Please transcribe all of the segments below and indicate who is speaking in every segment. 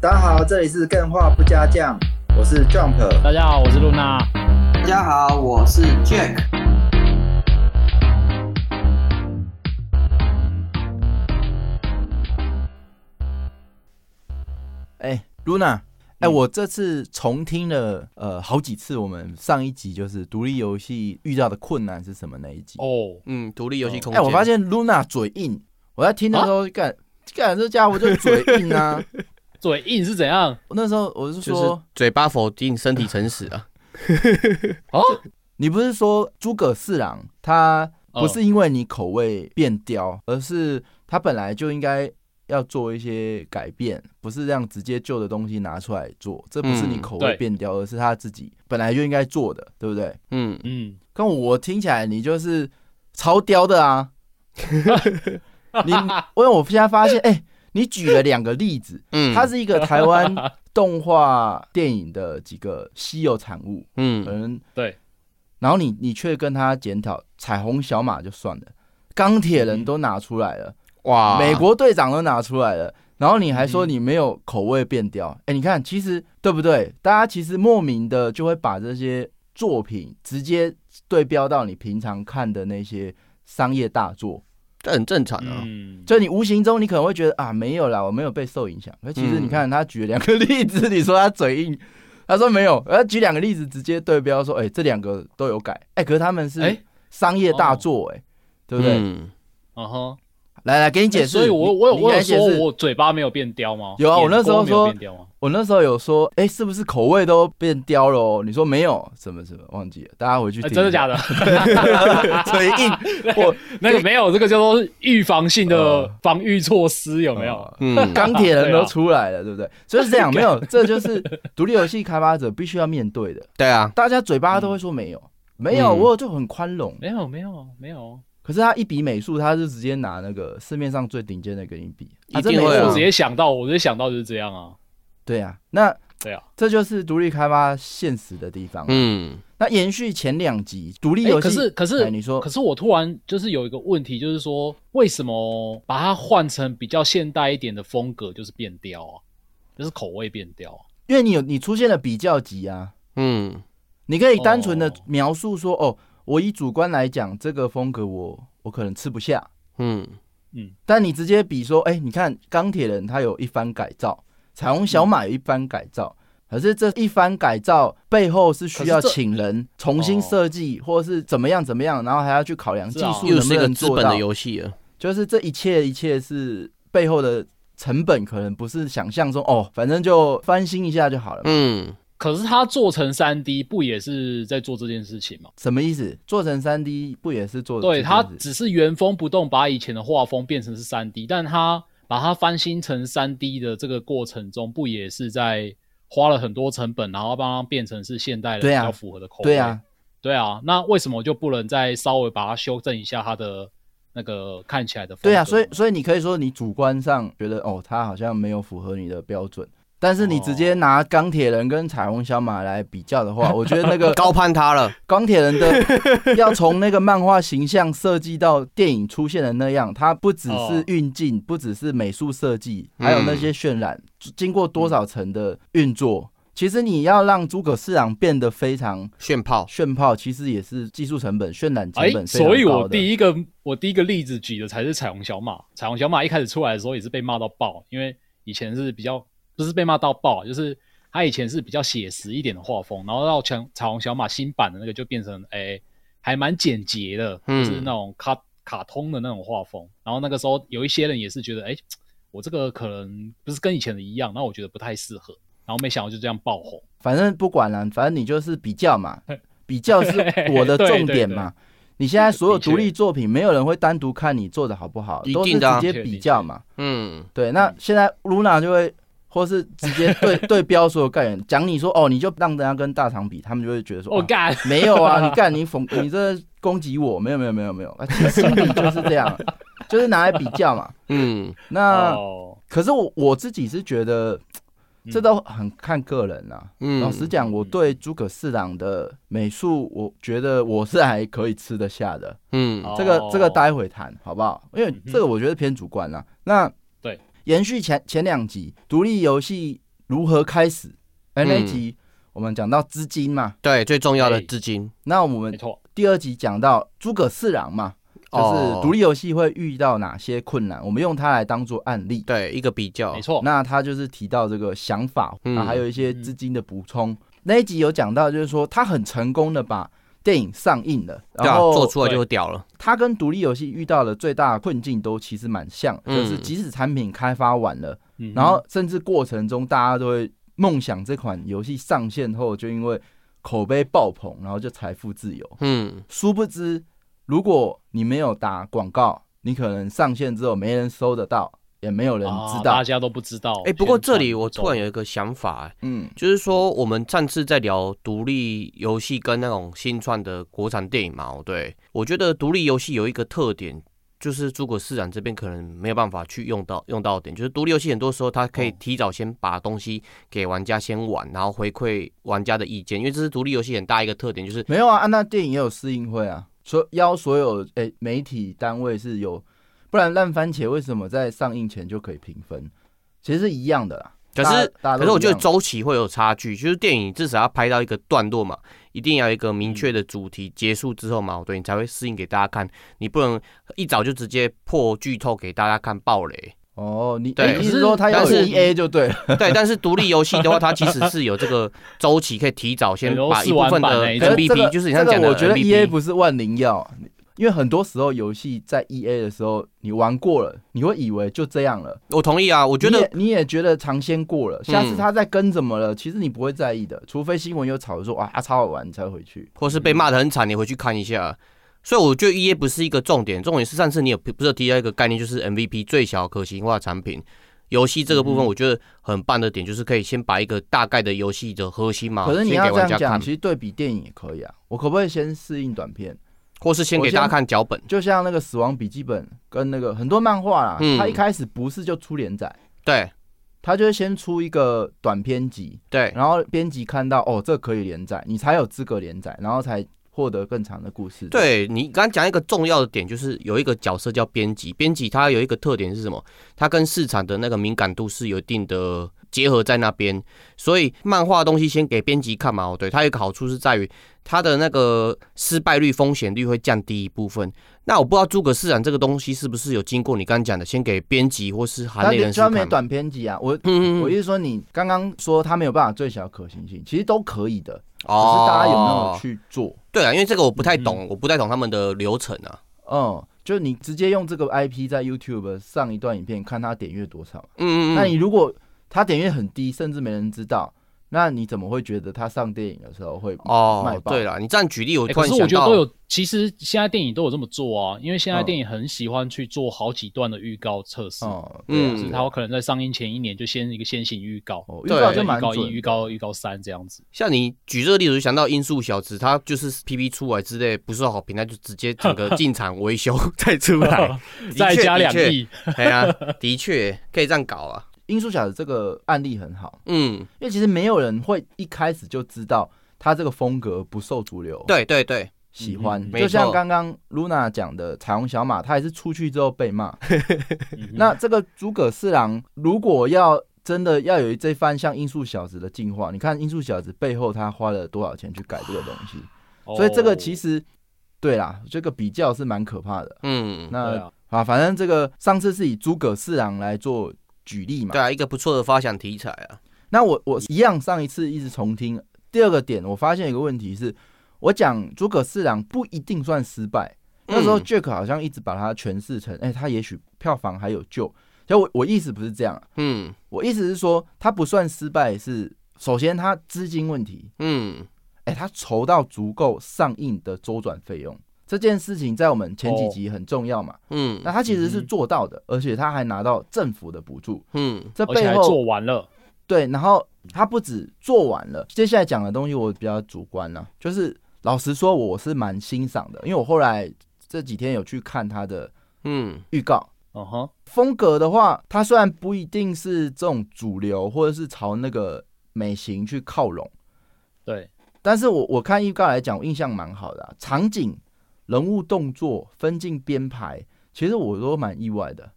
Speaker 1: 大家好，这里是更画不加酱，我是 Jump。
Speaker 2: 大家好，我是露娜。
Speaker 3: 大家好，我是 Jack。
Speaker 4: 哎，Luna，哎、
Speaker 5: 嗯
Speaker 4: 我这次重听了呃好几次我们上一集就是独立游戏遇到的困难是什么那一集。
Speaker 2: 哦，
Speaker 5: 嗯，独立游戏空
Speaker 4: 哎、
Speaker 5: 间。啊
Speaker 4: 我发现 Luna 嘴硬，我在听的时候干干、这家伙就嘴硬 啊。
Speaker 2: 嘴硬是怎样？
Speaker 4: 我那时候我是
Speaker 5: 就
Speaker 4: 说，
Speaker 5: 是嘴巴否定，身体诚实啊。
Speaker 2: 哦，
Speaker 4: 你不是说诸葛四郎他
Speaker 2: 哦
Speaker 4: 不是因为你口味变刁，而是他本来就应该要做一些改变，不是这样直接旧的东西拿出来做。这不是你
Speaker 5: 嗯
Speaker 4: 口
Speaker 2: 对
Speaker 4: 味变刁，而是他自己本来就应该做的，对不对？
Speaker 5: 嗯，
Speaker 2: 嗯，
Speaker 4: 跟我听起来你就是超刁的 啊！你，因为我现在发现，哎、你举了两个例子，
Speaker 5: 嗯，
Speaker 4: 它是一个台湾动画电影的几个稀有产物，可
Speaker 5: 嗯
Speaker 4: 能
Speaker 2: 对。
Speaker 4: 然后你你却跟他检讨彩虹小马就算了，钢铁人都拿出来了，
Speaker 5: 嗯哇，嗯
Speaker 4: 美国队长都拿出来了，然后你还说你没有口味变刁，哎、你看其实对不对？大家其实莫名的就会把这些作品直接对标到你平常看的那些商业大作，
Speaker 5: 这很正常啊。
Speaker 2: 嗯，
Speaker 4: 就你无形中你可能会觉得啊没有啦，我没有被受影响。可其实
Speaker 5: 嗯
Speaker 4: 你看他举了两个例子，你说他嘴硬，他说没有，他举两个例子直接对标说，哎、这两个都有改，哎、可是他们是
Speaker 2: 哎
Speaker 4: 商业大作、哎、对不对？
Speaker 5: 嗯
Speaker 2: 嗯哼，
Speaker 4: 来来，给你解释、
Speaker 2: 所以我我有
Speaker 4: 你
Speaker 2: 我有
Speaker 4: 你来解
Speaker 2: 说
Speaker 4: 释
Speaker 2: 我嘴巴没有变刁吗？
Speaker 4: 有啊我那时
Speaker 2: 眼
Speaker 4: 候
Speaker 2: 光没有
Speaker 4: 说
Speaker 2: 变刁吗？
Speaker 4: 我那时候有说，哎、是不是口味都变刁了、哦？你说没有，什么什么，忘记了，大家回去
Speaker 2: 哎
Speaker 4: 听、
Speaker 2: 真的假？的？
Speaker 4: 嘴硬，我
Speaker 2: 那个没有，这个叫做预防性的防御措施，哦有没有？啊
Speaker 4: 呃
Speaker 5: 嗯，
Speaker 4: 钢铁人都出来了，对不对？所以是这样，没有，这就是独立游戏开发者必须要面对的。
Speaker 5: 对啊，
Speaker 4: 大家嘴巴都会说没有，没有，
Speaker 5: 嗯
Speaker 4: 我就很宽容。
Speaker 2: 没有，没有，没有，
Speaker 4: 可是他一比美术，他就直接拿那个市面上最顶尖的给你比，啊
Speaker 5: 一
Speaker 4: 这
Speaker 5: 定
Speaker 4: 美
Speaker 5: 会
Speaker 4: 术
Speaker 5: 啊
Speaker 2: 我直接想到，我直接想到就是这样啊。
Speaker 4: 对啊，那
Speaker 2: 对啊，
Speaker 4: 这就是独立开发现实的地方。
Speaker 5: 嗯，
Speaker 4: 那延续前两集独立
Speaker 2: 哎
Speaker 4: 游戏，
Speaker 2: 可是可是
Speaker 4: 哎你说
Speaker 2: 可是我突然就是有一个问题，就是说为什么把它换成比较现代一点的风格，就是变刁啊，就是口味变刁啊、
Speaker 4: 因为你有你出现了比较级啊，
Speaker 5: 嗯，
Speaker 4: 你可以单纯的
Speaker 2: 哦
Speaker 4: 描述说，哦，我以主观来讲，这个风格我我可能吃不下。
Speaker 5: 嗯，
Speaker 4: 但你直接比说，哎、你看钢铁人他有一番改造，彩虹小马有一番改造，
Speaker 5: 嗯
Speaker 4: 可是这一番改造背后是需要
Speaker 2: 可是这
Speaker 4: 请人重新设计，或者是怎么样怎么样，然后还要去考量技
Speaker 2: 是啊
Speaker 4: 术
Speaker 5: 哦又
Speaker 4: 能
Speaker 5: 是
Speaker 4: 不
Speaker 5: 一个
Speaker 4: 能
Speaker 5: 资
Speaker 4: 做
Speaker 5: 本
Speaker 4: 到
Speaker 5: 的。游戏啊了。
Speaker 4: 就是这一切一切是背后的成本，可能不是想象中哦，反正就翻新一下就好了。
Speaker 5: 嗯，
Speaker 2: 可是它做成三 D 不也是在做这件事情吗？
Speaker 4: 什么意思？做成三 D 不也是做？
Speaker 2: 对，它
Speaker 4: 这件事
Speaker 2: 只是原封不动把以前的画风变成是三 D，但它把它翻新成三 D 的这个过程中，不也是在花了很多成本，然后帮它变成是现代人比
Speaker 4: 对啊
Speaker 2: 较符合的口味？
Speaker 4: 对啊，
Speaker 2: 对啊，那为什么就不能再稍微把它修正一下它的那个看起来的风格呢？
Speaker 4: 对啊，所以所以你可以说你主观上觉得哦，他好像没有符合你的标准，但是你直接拿钢铁人跟彩虹小马来比较的话，我觉得那个
Speaker 5: 高攀他了。
Speaker 4: 钢铁人的要从那个漫画形象设计到电影出现的那样，它不只是
Speaker 2: 哦
Speaker 4: 运镜，不只是美术设计，
Speaker 5: 嗯
Speaker 4: 还有那些渲染，经过多少层的运作。其实你要让诸葛四郎变得非常
Speaker 5: 炫炮，
Speaker 4: 炫炮，其实也是技术成本、渲染成
Speaker 2: 哎、
Speaker 4: 本非常高的。
Speaker 2: 所以我第一个我第一个例子举的才是彩虹小马。彩虹小马一开始出来的时候也是被骂到爆，因为以前是比较不是被骂到爆，就是他以前是比较写实一点的画风，然后到彩彩虹小马新版的那个就变成哎、还蛮简洁的，
Speaker 5: 嗯
Speaker 2: 就是那种卡卡通的那种画风。然后那个时候有一些人也是觉得哎、我这个可能不是跟以前的一样，那我觉得不太适合。然后没想到就这样爆红，
Speaker 4: 反正不管了，反正你就是比较嘛，比 较是我的重点嘛。你现在所有独立作品，没有人会单独看你做的好不好，
Speaker 5: 一
Speaker 4: 都是
Speaker 5: 定的啊
Speaker 4: 直接比较嘛。
Speaker 5: 嗯，
Speaker 4: 对，那现在露娜就会，或是直接 对对标所有概念，讲你说哦，你就让人家跟大厂比，他们就会觉得说，
Speaker 2: 我
Speaker 4: 啊
Speaker 2: 哦干、
Speaker 4: 没有啊，你干你讽你这攻击我，没有没有没有没有，啊其实心里就是这 样，啊就是拿来比较嘛。
Speaker 5: 嗯，
Speaker 4: 那
Speaker 2: 哦，
Speaker 4: 可是我我自己是觉得，
Speaker 2: 嗯
Speaker 4: 这都很看个人啊。
Speaker 5: 嗯
Speaker 4: 老实讲，我对诸葛四郎的美术，我觉得我是还可以吃得下的。
Speaker 5: 嗯，
Speaker 2: 好
Speaker 4: 这个
Speaker 2: 哦
Speaker 4: 这个待会谈好不好？因为
Speaker 2: 嗯哼
Speaker 4: 啊这个我觉得偏主观啦。那
Speaker 2: 对，
Speaker 4: 延续前前两集，独立游戏如何开始。哎，
Speaker 5: 嗯
Speaker 4: 那一集我们讲到资金嘛，
Speaker 5: 对，最重要的
Speaker 2: 哎
Speaker 5: 至今
Speaker 4: 那我
Speaker 2: 没
Speaker 4: 们
Speaker 2: 错，
Speaker 4: 第二集讲到诸葛四郎嘛，
Speaker 2: 哦
Speaker 4: 就是独
Speaker 5: 立，
Speaker 4: 立游戏会遇到哪些困难，我们用它来当做案例。
Speaker 5: 对一个比较，
Speaker 2: 没，错，
Speaker 4: 哦那他就是提到这个想法，
Speaker 5: 哦嗯
Speaker 4: 啊，还有一些资金的补充。那一集有讲到，就是说他很成功的把电影上映了，
Speaker 5: 对
Speaker 4: 然
Speaker 5: 啊，
Speaker 4: 后
Speaker 5: 做出来就屌了，
Speaker 4: 他跟独立游戏遇到的最大的困境都其实蛮像的，
Speaker 5: 嗯
Speaker 4: 就是即使产品开发完了，
Speaker 2: 嗯
Speaker 4: 然后甚至过程中大家都会梦想这款游戏上线后就因为口碑爆棚，然后就财富自由。
Speaker 5: 嗯，
Speaker 4: 殊不知，如果你没有打广告，你可能上线之后没人搜得到，也没有人
Speaker 2: 啊
Speaker 5: 哦
Speaker 4: 知道
Speaker 2: 大。家都不知道。
Speaker 5: 哎，不过
Speaker 2: 宣传
Speaker 5: 这里我
Speaker 2: 不周
Speaker 5: 突然有一个想法，哎
Speaker 4: 嗯，
Speaker 5: 就是说我们上次在聊独立游戏跟那种新创的国产电影嘛，哦对，我觉得独立游戏有一个特点。就是诸葛市长这边可能没有办法去用到用到的点，就是独立游戏很多时候它可以
Speaker 2: 哦
Speaker 5: 提早先把东西给玩家先玩，然后回馈玩家的意见，因为这是独立游戏很大一个特点，就是
Speaker 4: 没有啊，安娜电影也有试映会啊，所邀所有诶、媒体单位是有，不然烂番茄为什么在上映前就可以评分？其实是一样的啦。
Speaker 5: 可
Speaker 4: 大家
Speaker 5: 是
Speaker 4: 大家都
Speaker 5: 可是我觉
Speaker 4: 一
Speaker 5: 得
Speaker 4: 样
Speaker 5: 周期会有差距，就是电影至少要拍到一个段落嘛，一定要有一个明确的主题，结束之后嘛，对你才会适应给大家看，你不能一早就直接破剧透给大家看暴 雷。
Speaker 4: 哦，你
Speaker 5: 对
Speaker 4: 你意思是说他要
Speaker 5: 但是
Speaker 4: E A 就对了，
Speaker 5: 对，但是独立游戏的话，它其实是有这个周期，可以提早先
Speaker 2: 有时候
Speaker 5: 把一
Speaker 2: 试
Speaker 5: 部
Speaker 2: 玩
Speaker 5: 分
Speaker 2: 版
Speaker 5: 的
Speaker 2: 那一种
Speaker 4: 可
Speaker 5: MVP，、
Speaker 4: 这个
Speaker 5: 就是你
Speaker 4: 这
Speaker 5: 像
Speaker 4: 个
Speaker 5: 讲的
Speaker 4: 我觉得 E A
Speaker 5: MVP，
Speaker 4: 不是万灵药，因为很多时候游戏在 E A 的时候你玩过了，你会以为就这样了。
Speaker 5: 我同意啊，我觉
Speaker 4: 你
Speaker 5: 得嗯
Speaker 4: 也你也觉得尝鲜过了，下次他再跟怎么了，其实你不会在意的，除非新闻有炒说啊超好玩你才回去。
Speaker 5: 或是被骂得很惨，你回去看一下。所以我觉得 E A 不是一个重点，重点是上次你有不是有提到一个概念，就是 M V P 最小可行化产品。游戏这个部分，我觉得很棒的点就是可以先把一个大概的游戏的核心嘛，
Speaker 4: 可是你要
Speaker 5: 啊先给
Speaker 4: 这
Speaker 5: 玩
Speaker 4: 样
Speaker 5: 家
Speaker 4: 讲，
Speaker 5: 看
Speaker 4: 其，实对比电影也可以啊。我可不可以先适应短片？
Speaker 5: 或是先给大家看脚本。
Speaker 4: 就像那个《死亡笔记本》跟那个很多漫画啦，
Speaker 5: 嗯
Speaker 4: 它一开始不是就出连载，
Speaker 5: 对
Speaker 4: 它就会先出一个短篇集，
Speaker 5: 对，
Speaker 4: 然后编辑看到哦这可以连载，你才有资格连载，然后才获得更长的故事。，
Speaker 5: 对你刚刚讲一个重要的点，就是有一个角色叫编辑，编辑他有一个特点是什么？他跟市场的那个敏感度是有一定的结合在那边，所以漫画的东西先给编辑看嘛，哦，对，它有一个好处是在于它的那个失败率、风险率会降低一部分。那我不知道诸葛市场这个东西是不是有经过你刚刚讲的，先给编辑或是行
Speaker 4: 它
Speaker 5: 内人士
Speaker 4: 专门
Speaker 5: 看嘛？
Speaker 4: 短篇集啊，我。
Speaker 5: 嗯
Speaker 4: 我意思说，你刚刚说它没有办法最小可行性，其实都可以的，只是大家有没有？去嗯做？
Speaker 5: 哦对啊，因为这个我不太懂，我不太懂他们的流程啊。
Speaker 4: 嗯，就你直接用这个 IP 在 YouTube 上一段影片，看它点阅多少。
Speaker 5: 嗯嗯嗯，
Speaker 4: 那你如果它点阅很低，甚至没人知道，那你怎么会觉得它上电影的时候会卖
Speaker 5: 哦，
Speaker 4: 爆？
Speaker 5: 对了，你这样举例，我
Speaker 2: 欸
Speaker 5: 突
Speaker 2: 可
Speaker 5: 然
Speaker 2: 是
Speaker 5: 想到，
Speaker 2: 我觉得都有，其实现在电影都有这么做啊，因为现在
Speaker 4: 嗯
Speaker 2: 电影很喜欢去做好几段的预告测试，啊
Speaker 4: 哦，
Speaker 5: 嗯
Speaker 2: 就是它有可能在上映前一年就先一个先行预告，
Speaker 4: 哦，预
Speaker 5: 对
Speaker 4: 告
Speaker 2: 预
Speaker 4: 就蛮
Speaker 2: 告
Speaker 4: 准
Speaker 2: 一、
Speaker 4: 的
Speaker 2: 预告二、预告三这样子。
Speaker 5: 像你举这个例子，我就想到音速小子，他就是 PP 出来之类不受好评，他就直接整 个进场维修 再出来，
Speaker 2: 哦再加两亿，
Speaker 5: 哎呀，的确可以这样搞啊。
Speaker 4: 音速小子这个案例很好，
Speaker 5: 嗯，
Speaker 4: 因为其实没有人会一开始就知道他这个风格不受主流
Speaker 5: 对对对，
Speaker 4: 喜欢。
Speaker 2: 嗯
Speaker 5: 没
Speaker 4: 就像
Speaker 5: 错
Speaker 4: 刚刚 Luna 讲的，彩虹小马，他也是出去之后被骂。
Speaker 5: 嗯
Speaker 2: 嗯
Speaker 4: 那这个诸葛四郎如果要真的要有这番像音速小子的进化，你看音速小子背后他花了多少钱去改这个东西，
Speaker 5: 哦
Speaker 4: 所以这个其
Speaker 2: 实
Speaker 4: 实对啦，这个比较是蛮可怕的。
Speaker 5: 嗯，
Speaker 4: 那
Speaker 2: 对啊
Speaker 4: 啊，反正这个上次是以诸葛四郎来做举例嘛
Speaker 5: 对。啊，一个不错的发想题材啊。
Speaker 4: 那我我一样上一次一直重听。第二个点，我发现一个问题是，我讲诸葛四郎不一定算失败。那时候
Speaker 5: 嗯
Speaker 4: Jack 好像一直把它诠释成，哎、他也许票房还有救。所以我我意思不是这样啊，
Speaker 5: 嗯
Speaker 4: 我意思是说，他不算失败是首先他资金问题，
Speaker 5: 嗯，
Speaker 4: 哎、他筹到足够上映的周转费用。这件事情在我们前几集很重要嘛，
Speaker 5: 嗯
Speaker 4: 那他其实是
Speaker 2: 嗯哼哦
Speaker 4: 做到的，而且他还拿到政府的补助，
Speaker 5: 嗯
Speaker 4: 这
Speaker 2: 而且
Speaker 4: 背
Speaker 2: 还
Speaker 4: 后
Speaker 2: 做完了，
Speaker 4: 对，然后他不止做完了，接下来讲的东西我比较主观了、就是老实说我是蛮欣赏的，因为我后来这几天有去看他的
Speaker 5: 嗯
Speaker 4: 预告。
Speaker 2: 嗯哼，
Speaker 4: 风格的话，它虽然不一定是这种主流，或者是朝那个美型去靠拢，
Speaker 2: 对，
Speaker 4: 但是我我看预告来讲，我印象蛮好的啊、场景、人物动作、分镜编排，其实我都蛮意外的。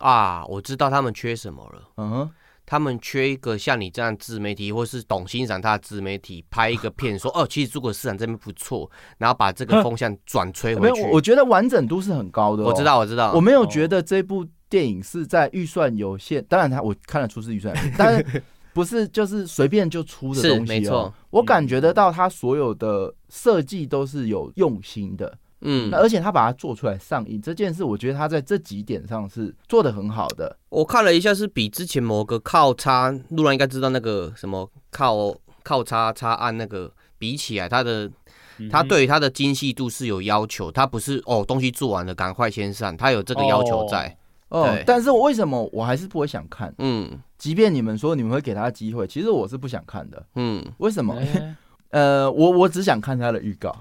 Speaker 5: 啊，我知道他们缺什么了。
Speaker 4: 嗯哼，
Speaker 5: 他们缺一个像你这样自媒体，或是懂欣赏他的自媒体，拍一个片说，哦，其实诸葛市场这边不错，然后把这个风向转吹
Speaker 4: 哎没
Speaker 5: 回
Speaker 4: 有，
Speaker 5: 去。
Speaker 4: 我我觉得完整度是很高的、哦
Speaker 5: 我知，道，我知道，
Speaker 4: 我没有觉得这部电影是在预算有限，当然它我看得出是预算有 限，但是不是就是随便就出的
Speaker 5: 是
Speaker 4: 东西、哦。
Speaker 5: 没错，嗯
Speaker 4: 我感觉得到它所有的设计都是有用心的，
Speaker 5: 嗯
Speaker 4: 那，而且他把它做出来上映这件事，我觉得他在这几点上是做的很好的。
Speaker 5: 我看了一下，是比之前某个靠叉，路人应该知道那个什么靠靠叉叉按那个比起来，它的
Speaker 2: 嗯
Speaker 5: 他对于它的精细度是有要求，他不是哦东西做完了赶快先上，他有这个要求在。
Speaker 4: 哦
Speaker 5: 对，
Speaker 4: 但是我为什么我还是不会想看？
Speaker 5: 嗯
Speaker 4: 即便你们说你们会给他机会，其实我是不想看的。
Speaker 5: 嗯，
Speaker 4: 为什么？
Speaker 2: 哎
Speaker 4: 呃，我我只想看他的预 告，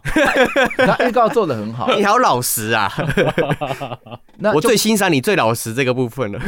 Speaker 4: 他预告做的很好。
Speaker 5: 你好老实啊！
Speaker 4: 那
Speaker 5: 我
Speaker 4: 就
Speaker 5: 最欣赏你最老实这个部 分了。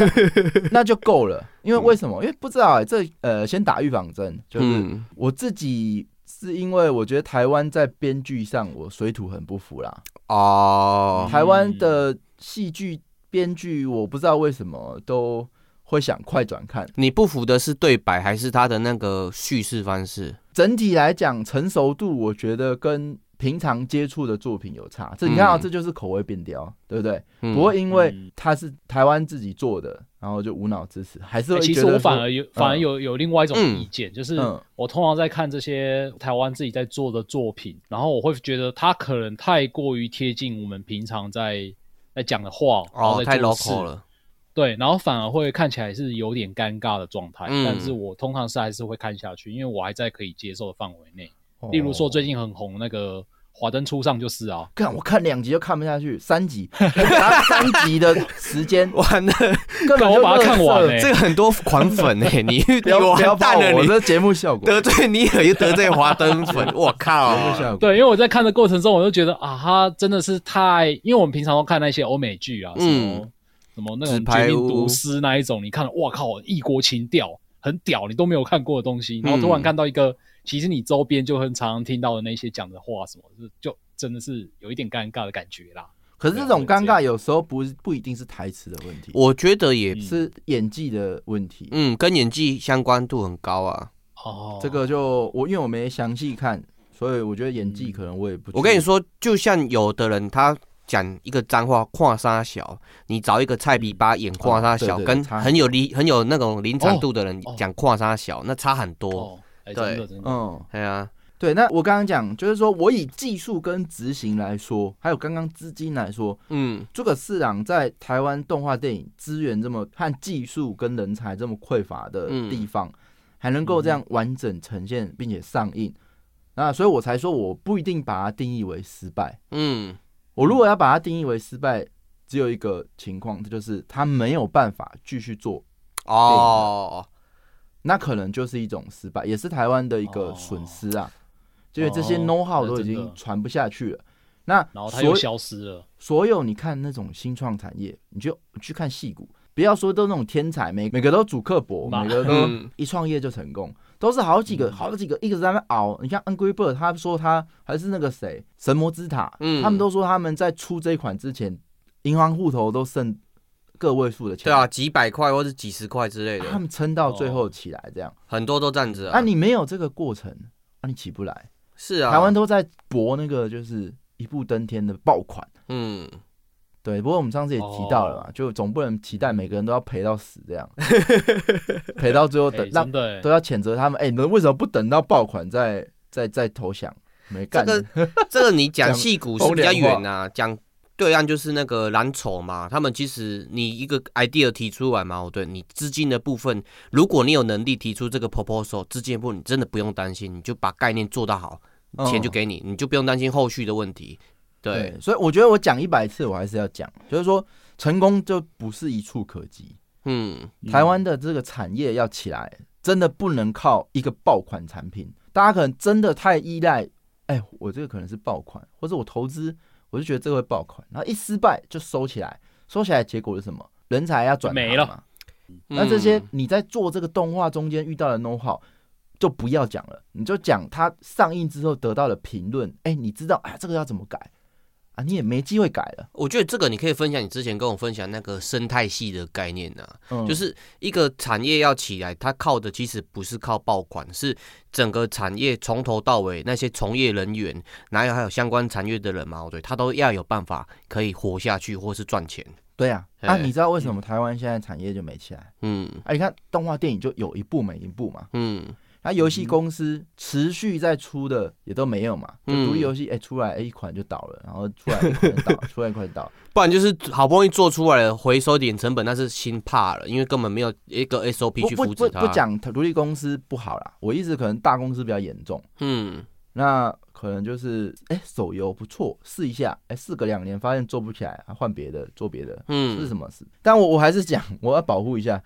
Speaker 4: 那就够了，因
Speaker 5: 嗯
Speaker 4: 为为什么？因为不知道、欸、这呃，先打预防针，就是
Speaker 5: 嗯，
Speaker 4: 我自己是因为我觉得台湾在编剧上我水土很不服啦，
Speaker 5: 哦，
Speaker 4: 台湾的戏剧编剧我不知道为什么都会想快转看，
Speaker 5: 你不服的是对白还是他的那个叙事方式？
Speaker 4: 整体来讲成熟度我觉得跟。平常接触的作品有差，这你看啊，
Speaker 5: 嗯
Speaker 4: 这就是口味变刁，对不对？
Speaker 5: 嗯
Speaker 4: 不会因为
Speaker 2: 嗯
Speaker 4: 它是台湾自己做的，然后就无脑支持，还是会
Speaker 2: 哎其
Speaker 4: 觉
Speaker 2: 实
Speaker 4: 得
Speaker 2: 我反
Speaker 4: 说
Speaker 2: 而有反而有有另外一种
Speaker 5: 嗯
Speaker 2: 意见，就是
Speaker 4: 嗯
Speaker 2: 我通常在看这些台湾自己在做的作品，然后我会觉得它可能太过于贴近我们平常在在讲的话，然后
Speaker 5: 哦，
Speaker 2: 在
Speaker 5: 太
Speaker 2: 做事
Speaker 5: local 了。
Speaker 2: 对，然后反而会看起来是有点尴尬的状态，
Speaker 5: 嗯
Speaker 2: 但是我通常是还是会看下去，因为我还在可以接受的范围内。例如说
Speaker 4: 哦
Speaker 2: 最近很红那个《华灯初上》就是啊，
Speaker 4: 看我看两集就看不下去，三 集，拿三集的时间
Speaker 5: 完了，
Speaker 4: 根本
Speaker 2: 干
Speaker 4: 就
Speaker 2: 我把它看完
Speaker 4: 欸。
Speaker 2: 欸
Speaker 5: 这个 很多狂粉哎，你
Speaker 4: 不
Speaker 5: 你
Speaker 4: 要不要
Speaker 5: 完蛋
Speaker 4: 爆
Speaker 5: 了，
Speaker 4: 我
Speaker 5: 你
Speaker 4: 这节目效 果，
Speaker 5: 得罪你也得罪华灯 粉，我靠
Speaker 4: 节！目效果。
Speaker 2: 啊对，因为我在看的过程中，我就觉得啊，他真的是太，因为我们平常都看那些欧美剧啊，什么、
Speaker 5: 嗯
Speaker 2: 什么那
Speaker 5: 纸
Speaker 2: 种《
Speaker 5: 牌
Speaker 2: 绝
Speaker 5: 屋
Speaker 2: 命毒师》那一种，你看了，哇靠，异国情调很屌，你都没有看过的东西，然后突然
Speaker 5: 嗯
Speaker 2: 看到一个，其实你周边就很常听到的那些讲的话什么，就就真的是有一点尴尬的感觉啦。
Speaker 4: 可是这种尴尬有时候不是不一定是台词的问题，
Speaker 5: 我觉得也
Speaker 2: 嗯
Speaker 4: 是演技的问题。
Speaker 5: 嗯，跟演技相关度很高啊。
Speaker 2: 哦，
Speaker 4: 这个就我因为我没详细看，所以我觉得演技可能我也不。
Speaker 5: 我跟你，说，就像有的人他讲一个脏话跨沙小，你找一个菜比巴演跨沙
Speaker 4: 哦
Speaker 5: 小，
Speaker 4: 对对
Speaker 5: 跟
Speaker 4: 差很
Speaker 5: 很有理很有那种临场度的人
Speaker 2: 哦哦
Speaker 5: 讲跨沙小，那差很多。
Speaker 2: 哦，哎、
Speaker 5: 对
Speaker 2: 真的真的，
Speaker 4: 嗯，
Speaker 5: 对啊，
Speaker 4: 对。那我刚刚讲就是说我以技术跟执行来说，还有刚刚资金来说，
Speaker 5: 嗯
Speaker 4: 诸葛四郎在台湾动画电影资源这么和技术跟人才这么匮乏的地方，还能够这
Speaker 5: 嗯
Speaker 4: 样完整呈现并且上映，那所以我才说我不一定把它定义为失败。
Speaker 5: 嗯
Speaker 4: 我如果要把它定义为失败，只有一个情况，这就是他没有办法继续做，
Speaker 5: 哦，
Speaker 4: 那可能就是一种失败，也是台湾的一个
Speaker 2: 哦
Speaker 4: 损失啊。因为这些
Speaker 2: 哦
Speaker 4: know how
Speaker 2: 那
Speaker 4: 都已
Speaker 2: 真的
Speaker 4: 经传不下去了，那
Speaker 2: 然后他
Speaker 4: 所
Speaker 2: 又消失了。
Speaker 4: 所有你看那种新创产业，你就你去看戏股，不要说都那种天才，每每个都主刻薄，
Speaker 2: 妈
Speaker 4: 每个都
Speaker 5: 嗯
Speaker 4: 一创业就成功，都是好几个
Speaker 2: 嗯
Speaker 4: 好几个一直在那熬。你像 Angry Bird，他说他还是那个谁神魔之塔，
Speaker 5: 嗯
Speaker 4: 他们都说他们在出这一款之前，银行户头都剩个位数的钱，
Speaker 5: 对啊，几百块或者几十块之类
Speaker 4: 他
Speaker 5: 的，
Speaker 4: 们撑到最后起来这样。
Speaker 5: 很多都这样子
Speaker 4: 啊，
Speaker 5: 啊。
Speaker 4: 你没有这个过程，啊，你起不来。
Speaker 5: 是啊，
Speaker 4: 台湾都在搏那个就是一步登天的爆款。
Speaker 5: 嗯，
Speaker 4: 对，不过我们上次也提到了嘛，就总不能期待每个人都要赔到死这样，赔到最后
Speaker 2: 哎
Speaker 4: 等，那
Speaker 2: 真的、
Speaker 4: 都
Speaker 2: 欸，
Speaker 4: 要谴责他们。哎、你们为什么不等到爆款再再再投降？没
Speaker 5: 这
Speaker 4: 干，
Speaker 5: 个 这个你讲
Speaker 4: 讲
Speaker 5: 戏骨是比较远啊，讲对岸就是那个蓝筹嘛，他们其实你一个 idea 提出来嘛，哦对你资金的部分，如果你有能力提出这个 proposal，资金的部分你真的不用担心，你就把概念做到好，
Speaker 4: 嗯
Speaker 5: 钱就给你，你就不用担心后续的问题。对
Speaker 4: 对，，所以我觉得我讲一百次，我还是要讲，就是说成功就不是一触可及。
Speaker 5: 嗯，
Speaker 4: 台湾的这个产业要起来，真的不能靠一个爆款产品。大家可能真的太依赖，哎、我这个可能是爆款，或者我投资，我就觉得这个会爆款，然后一失败就收起来，收起来结果是什么？人才要转行
Speaker 2: 没
Speaker 4: 嘛
Speaker 2: 了。
Speaker 4: 那这些
Speaker 5: 嗯
Speaker 4: 你在做这个动画中间遇到的 know how 就不要啊讲了，你就讲它上映之后得到的评论。哎、你知道哎，这个要怎么改啊，你也没机会改了。
Speaker 5: 我觉得这个你可以分享你之前跟我分享那个生态系的概念啊呐、
Speaker 4: 嗯，
Speaker 5: 就是一个产业要起来，它靠的其实不是靠爆款，是整个产业从头到尾那些从业人员，哪有还有相关产业的人嘛，哦对，他都要有办法可以活下去或是赚钱。
Speaker 4: 对呀、啊。
Speaker 5: 哎
Speaker 4: 啊，你知道为什么台湾现在产业就没起来？
Speaker 5: 嗯
Speaker 4: 啊，你看动画电影就有一部没一部嘛，
Speaker 5: 嗯，
Speaker 4: 那游戏公司持续在出的也都没有嘛，就独立
Speaker 5: 嗯
Speaker 4: 游戏哎出来哎一款就倒了，然后出来一款就 倒了，出来一款就倒了。
Speaker 5: 不然就是好不容易做出来了，回收点成本那是心怕了，因为根本没有一个 SOP 去
Speaker 4: 不
Speaker 5: 复
Speaker 4: 不
Speaker 5: 制
Speaker 4: 不
Speaker 5: 它。
Speaker 4: 不，讲独立公司不好啦，我意思可能大公司比较严重，
Speaker 5: 嗯
Speaker 4: 那可能就是哎、手游不错，试一下，哎、试个两年发现做不起来，啊换别的做别的，
Speaker 5: 嗯，
Speaker 4: 是什么事？但我我还是讲，我要保护一下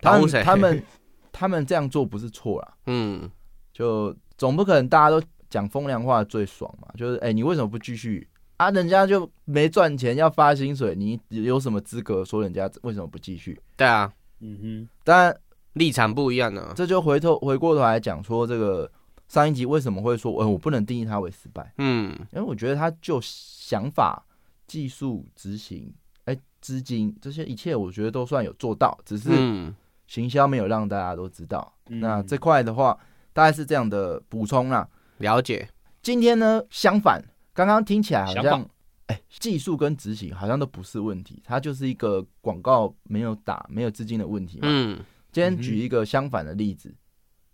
Speaker 4: 他
Speaker 5: 保护
Speaker 4: 们，
Speaker 5: 谁
Speaker 4: 他们他们这样做不是错啦，
Speaker 5: 嗯
Speaker 4: 就总不可能大家都讲风凉话最爽嘛，就是哎、你为什么不继续？啊，人家就没赚钱，要发薪水，你有什么资格说人家为什么不继续？
Speaker 5: 对啊，
Speaker 2: 嗯
Speaker 4: 当然，
Speaker 5: 立场不一样啊呢、
Speaker 4: 这就回头回过头来讲说，这个上一集为什么会说，呃，我不能定义它为失败，
Speaker 5: 嗯
Speaker 4: 因为我觉得它就想法、技术、执行、哎、资金这些一切，我觉得都算有做到，只是
Speaker 5: 嗯
Speaker 4: 行销没有让大家都知道。
Speaker 2: 哼，
Speaker 4: 那
Speaker 2: 嗯
Speaker 4: 这块的话，大概是这样的补充啦。
Speaker 5: 了解，
Speaker 4: 今天呢，相反，刚刚听起来好
Speaker 2: 想
Speaker 4: 像，哎，技术跟执行好像都不是问题，它就是一个广告没有打、没有资金的问题嘛。
Speaker 5: 嗯
Speaker 4: 今天举一个相反的例子，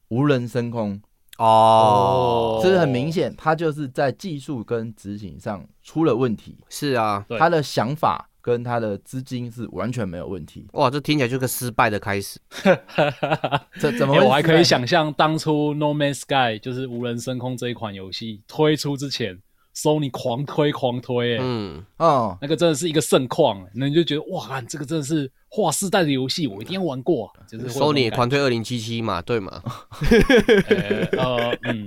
Speaker 4: 无人升空。
Speaker 5: 哦，
Speaker 4: 这是很明显，他就是在技术跟执行上出了问题，
Speaker 5: 是啊，
Speaker 2: 对
Speaker 4: 他的想法跟他的资金是完全没有问题。
Speaker 5: 哇，这听起来就个失败的开始。
Speaker 4: 这怎么、
Speaker 2: 哎因为我还可以，想象当初《No Man's Sky》就是无人升空这一款游戏推出之前，Sony 狂推狂推、欸，
Speaker 5: 嗯，
Speaker 4: 哦，
Speaker 2: 那个真的是一个盛况、欸，那你就觉得哇，干这个真的是划时代的游戏，我一定要玩过、啊。就是会有
Speaker 5: 收你
Speaker 2: 那种
Speaker 5: 狂推二零七七嘛，对嘛？
Speaker 2: 感觉呃呃嗯，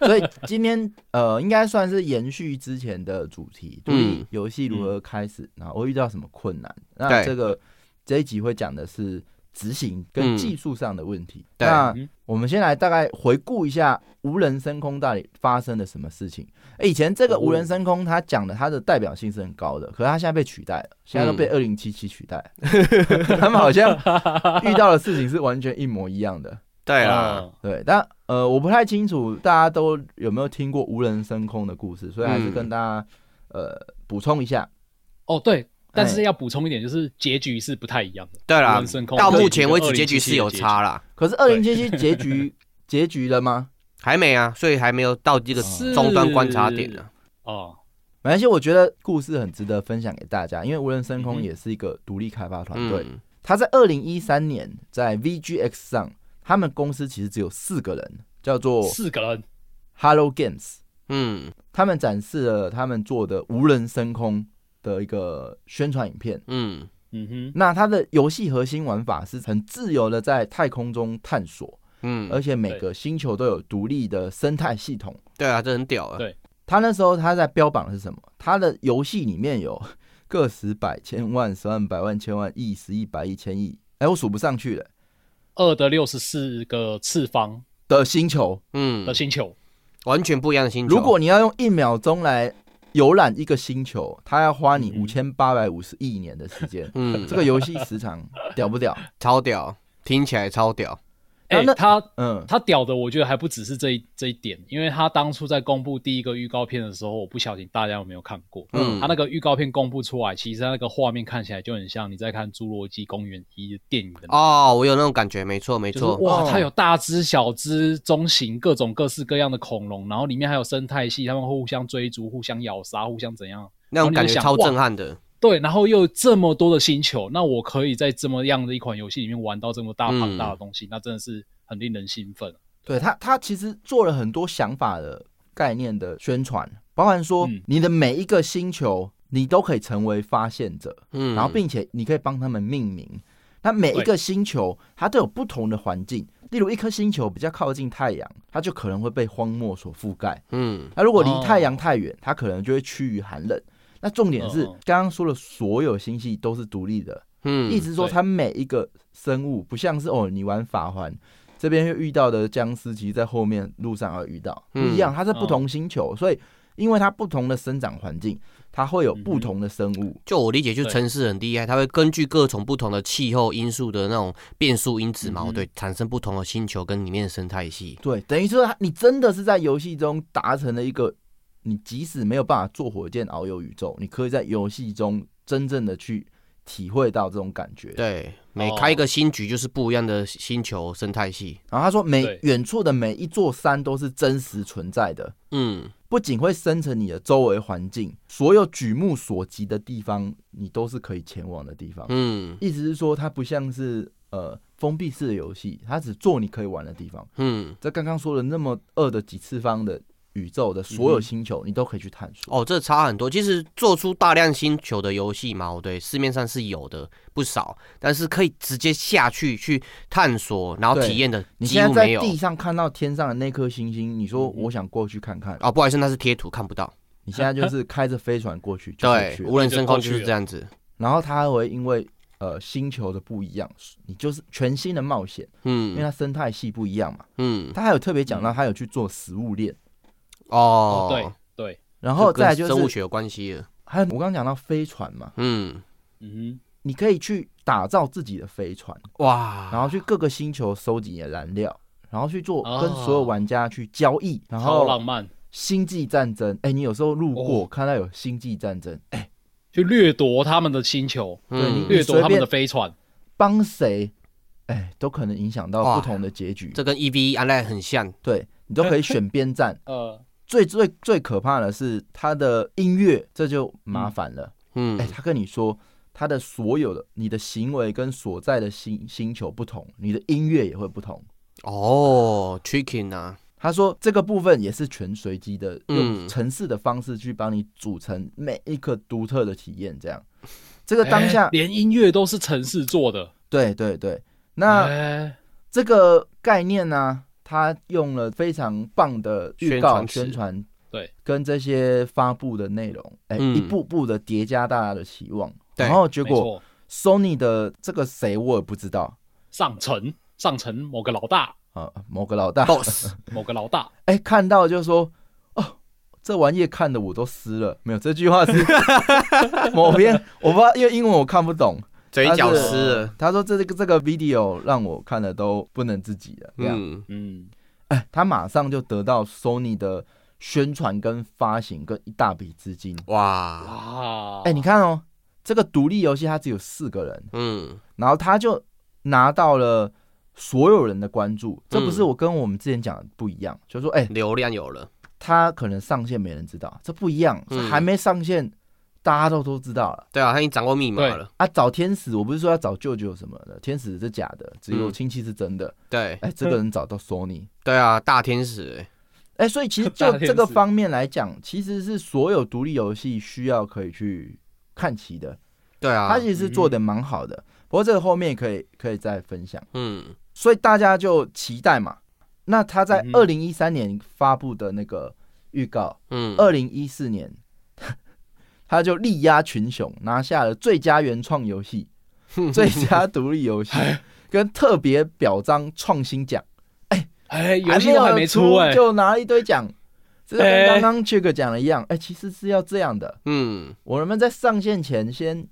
Speaker 4: 所以今天呃，应该算是延续之前的主题，独立
Speaker 5: 嗯
Speaker 4: 游戏如何开始，然后我遇到什么困难。那
Speaker 5: 对
Speaker 4: 这个这一集会讲的是执行跟
Speaker 5: 嗯
Speaker 4: 技术上的问题。
Speaker 5: 对
Speaker 4: 那
Speaker 2: 嗯
Speaker 4: 我们先来大概回顾一下无人升空到底发生了什么事情。诶以前这个无
Speaker 5: 哦
Speaker 4: 人升空，它讲的它的代表性是很高的，可是它现在被取代了，现
Speaker 5: 嗯
Speaker 4: 在都被二零七七取代了。 他们好像遇到的事情是完全一模一样的。
Speaker 5: 对啦，
Speaker 2: 嗯
Speaker 4: 对，啊但呃，我不太清楚大家都有没有听过无人升空的故事，所以还是
Speaker 5: 嗯
Speaker 4: 跟大家、呃补充一下。
Speaker 2: 哦对，但
Speaker 4: 哎
Speaker 2: 是要补充一点，就是结局是不太一样的。
Speaker 5: 对
Speaker 2: 无
Speaker 5: 啦
Speaker 2: 人升，空
Speaker 5: 到
Speaker 2: 跟
Speaker 5: 目前为止
Speaker 2: 2077
Speaker 5: 结局是有差啦，
Speaker 4: 可是二零七七结 局结局了吗？
Speaker 5: 还没啊，所以还没有到这个
Speaker 2: 是
Speaker 5: 终端观察点啊呢。
Speaker 2: 哦，
Speaker 4: 没关系，我觉得故事很值得分享给大家，因为无人
Speaker 2: 嗯
Speaker 4: 升空
Speaker 2: 哼
Speaker 4: 也是一个独立开发团队，
Speaker 5: 嗯，
Speaker 4: 他在二零一三年在 VGX 上，他们公司其实只有四个人，叫做
Speaker 2: 四个人
Speaker 4: Hello Games，
Speaker 5: 嗯
Speaker 4: 他们展示了他们做的无人升空的一个宣传影片。
Speaker 5: 嗯
Speaker 2: 嗯哼，
Speaker 4: 那它的游戏核心玩法是很自由的在太空中探索，而
Speaker 5: 嗯，
Speaker 4: 且每个星球都有独立的生态系统。
Speaker 5: 对啊，这很屌啊
Speaker 2: 对。
Speaker 4: 它那时候它在标榜的是什么？它的游戏里面有个十百千万十万百万千万亿十亿百亿千亿，哎，我数不上去了
Speaker 2: 二的六十四个次方
Speaker 4: 的星球。
Speaker 5: 嗯
Speaker 2: 的，星球，
Speaker 5: 完全不一样的星球。
Speaker 4: 如果你要用一秒钟来游览一个星球，它要花你
Speaker 2: 嗯
Speaker 4: 五千八百五十亿年的时间。
Speaker 5: 嗯，
Speaker 4: 这个游戏时长屌不屌？
Speaker 5: 超屌，听起来超屌。
Speaker 4: 那
Speaker 2: 哎、
Speaker 4: 那
Speaker 2: 他
Speaker 4: 嗯，
Speaker 2: 他屌的，我觉得还不只是这一这一点，因为他当初在公布第一个预告片的时候，我不小心大家有没有看过？
Speaker 5: 嗯
Speaker 2: 他那个预告片公布出来，其实他那个画面看起来就很像你在看《侏罗纪公园一》电影的那种，
Speaker 5: 哦，我有那种感觉，没错没
Speaker 2: 就是
Speaker 5: 错。
Speaker 4: 哦
Speaker 2: 哇，它有大只、小只、中型各种各式各样的恐龙，然后里面还有生态系，他们会互相追逐、互相咬杀、互相怎样？
Speaker 5: 那种感觉超震撼的。
Speaker 2: 对，然后又有这么多的星球，那我可以在这么样的一款游戏里面玩到这么大
Speaker 5: 嗯
Speaker 2: 庞大的东西，那真的是很令人兴奋。
Speaker 4: 对他，他其实做了很多想法的概念的宣传，包含说
Speaker 2: 嗯
Speaker 4: 你的每一个星球，你都可以成为发现者，
Speaker 5: 嗯，
Speaker 4: 然后并且你可以帮他们命名。那每一个星球，它都有不同的环境，例如一颗星球比较靠近太阳，它就可能会被荒漠所覆盖；
Speaker 5: 嗯
Speaker 4: 那如果离
Speaker 2: 哦
Speaker 4: 太阳太远，它可能就会趋于寒冷。那重点是
Speaker 2: 嗯嗯，
Speaker 4: 刚刚说的所有星系都是独立的，
Speaker 5: 嗯，
Speaker 4: 意思是说
Speaker 2: 对
Speaker 4: 它每一个生物不像是哦，你玩法环这边会遇到的僵尸，其实在后
Speaker 2: 嗯
Speaker 4: 面路上要遇到不一样，它是不同星球，所以因为它不同的生长环境，它会有
Speaker 2: 嗯哼
Speaker 4: 不同的生物。
Speaker 5: 就我理解，就
Speaker 2: 对
Speaker 5: 城市很厉害，它会根据各种不同的气候因素的那种变数因子嘛，哦
Speaker 2: 嗯哼
Speaker 5: 对，产生不同的星球跟里面的生态系。
Speaker 4: 对，等于说它你真的是在游戏中达成了一个，你即使没有办法坐火箭遨游宇宙，你可以在游戏中真正的去体会到这种感觉。
Speaker 5: 对，每开
Speaker 4: 哦
Speaker 5: 一个新局就是不一样的星球生态系。
Speaker 4: 然后他说每
Speaker 2: 对
Speaker 4: 远处的每一座山都是真实存在的，
Speaker 5: 嗯，
Speaker 4: 不仅会生成你的周围环境，所有举目所及的地方，你都是可以前往的地方。
Speaker 5: 嗯
Speaker 4: 意思是说，它不像是呃封闭式的游戏，它只做你可以玩的地方。
Speaker 5: 嗯，
Speaker 4: 在刚刚说的那么二的几次方的宇宙的所有星球，你都可以去探索。哦，
Speaker 5: 哦，这差很多。其实做出大量星球的游戏嘛，哦对，市面上是有的不少，但是可以直接下去去探索，然后
Speaker 4: 对
Speaker 5: 体验的
Speaker 4: 你
Speaker 5: 几
Speaker 4: 现
Speaker 5: 乎
Speaker 4: 在在
Speaker 5: 没有。嗯
Speaker 4: 地上看到天上的那颗星星，你说我想过去看看，
Speaker 5: 哦，不好意思，那是贴图看不到。
Speaker 4: 你现在就是开着飞船过去，就可以
Speaker 5: 对，
Speaker 4: 去了
Speaker 5: 无人升空就是这样子。
Speaker 4: 然后它还会因为呃星球的不一样，你就是全新的冒险，因为
Speaker 5: 嗯
Speaker 4: 它生态系不一样嘛。
Speaker 5: 嗯，
Speaker 4: 它还有特别讲到，它有去做食物链，
Speaker 5: 哦
Speaker 2: 哦，，对对，
Speaker 4: 然后
Speaker 5: 这跟
Speaker 4: 再来就
Speaker 5: 生物
Speaker 4: 是
Speaker 5: 学有关系了。
Speaker 4: 还有我刚刚讲到飞船嘛，
Speaker 5: 嗯，
Speaker 2: 嗯
Speaker 4: 你可以去打造自己的飞船，
Speaker 5: 哇，
Speaker 4: 然后去各个星球收集你的燃料。然后去做
Speaker 5: 啊
Speaker 2: 哦
Speaker 4: 跟所有玩家去交易，然
Speaker 2: 哼，超
Speaker 4: 后
Speaker 2: 浪漫，
Speaker 4: 星际战争，哎，你有时候路过
Speaker 2: 哦
Speaker 4: 看到有星际战争，哎，
Speaker 2: 去掠夺他们的星球，
Speaker 5: 嗯
Speaker 4: 对你
Speaker 2: 掠夺他
Speaker 4: 随便
Speaker 2: 们的飞船，
Speaker 4: 帮谁，哎，都可能影响到
Speaker 5: 哇
Speaker 4: 不同的结局。
Speaker 5: 这跟 E V 安奈很像。
Speaker 4: 对你都可以选边站，
Speaker 2: 呃，
Speaker 4: 最最最可怕的是他的音乐，这就麻烦了。
Speaker 5: 嗯
Speaker 4: 哎、，他跟你说他的所有的你的行为跟所在的星星球不同，你的音乐也会不同。
Speaker 5: 哦，Chicken 啊，
Speaker 4: 他说这个部分也是全随机的，
Speaker 5: 嗯
Speaker 4: 用城市的方式去帮你组成每一个独特的体验。这样，这个当下，
Speaker 2: 哎连音乐都是城市做的，
Speaker 4: 对对对，那、
Speaker 2: 哎
Speaker 4: 这个概念呢、他用了非常棒的预告
Speaker 5: 宣传词
Speaker 4: 宣传，
Speaker 2: 对，
Speaker 4: 跟这些发布的内容，哎、
Speaker 5: 嗯
Speaker 4: 一步步的叠加大家的期望，
Speaker 5: 对
Speaker 4: 然后结
Speaker 2: 没
Speaker 4: 果
Speaker 2: 错
Speaker 4: Sony 的这个谁我也不知道
Speaker 2: 上层上层某个老大
Speaker 4: 啊、某个老大，
Speaker 5: Boss，
Speaker 2: 某个老大，
Speaker 4: 哎、看到就说哦。这玩意看的我都湿了，没有这句 话是某篇，我不知道，因为英文我看不懂。
Speaker 5: 嘴
Speaker 4: 他
Speaker 5: 角
Speaker 4: 是
Speaker 5: 湿了。嗯
Speaker 4: 他说这个这个 video 让我看的都不能自己了，这样。
Speaker 5: 嗯，
Speaker 2: 嗯，
Speaker 4: 哎，他马上就得到 Sony 的宣传跟发行跟一大笔资金。
Speaker 2: 嗯
Speaker 5: 哇，
Speaker 2: 哇，
Speaker 4: 哎，你看哦，这个独立游戏它只有四个人，
Speaker 5: 嗯，
Speaker 4: 然后他就拿到了所有人的关注。这不是
Speaker 5: 嗯
Speaker 4: 我跟我们之前讲的不一样，就是说，哎，
Speaker 5: 流量有了。
Speaker 4: 他可能上线没人知道，这不一样，
Speaker 5: 嗯
Speaker 4: 这还没上线，大家都都知道了。
Speaker 5: 对啊，他已经掌握密码了。
Speaker 4: 啊，找天使，我不是说要找舅舅什么的，天使是假的，只有
Speaker 5: 嗯
Speaker 4: 亲戚是真的。
Speaker 5: 对，
Speaker 4: 哎，这个人找到 Sony，
Speaker 5: 对啊，大天使欸。
Speaker 4: 哎、所 以其实
Speaker 2: 大
Speaker 4: 就
Speaker 2: 天使
Speaker 4: 这个方面来讲，其实是所有独立游戏需要可以去看齐的，
Speaker 5: 对啊
Speaker 4: 它，其实做的蛮好的。不过这个后面可以可以再分享，
Speaker 5: 嗯，
Speaker 4: 所以大家就期待嘛。那他在
Speaker 2: 嗯哼
Speaker 4: 二零一三年发布的那个预告，
Speaker 5: 嗯，
Speaker 4: 二零一四年他就力压群雄，拿下了最佳原创游戏、最佳独立游戏跟特别表彰创新奖。
Speaker 2: 哎，游戏都还没出哎，
Speaker 4: 就拿了一堆奖，这就跟
Speaker 2: 哎
Speaker 4: 刚刚 Chick 讲的一样，哎、其实是要这样的，
Speaker 5: 嗯，
Speaker 4: 我们在上线前先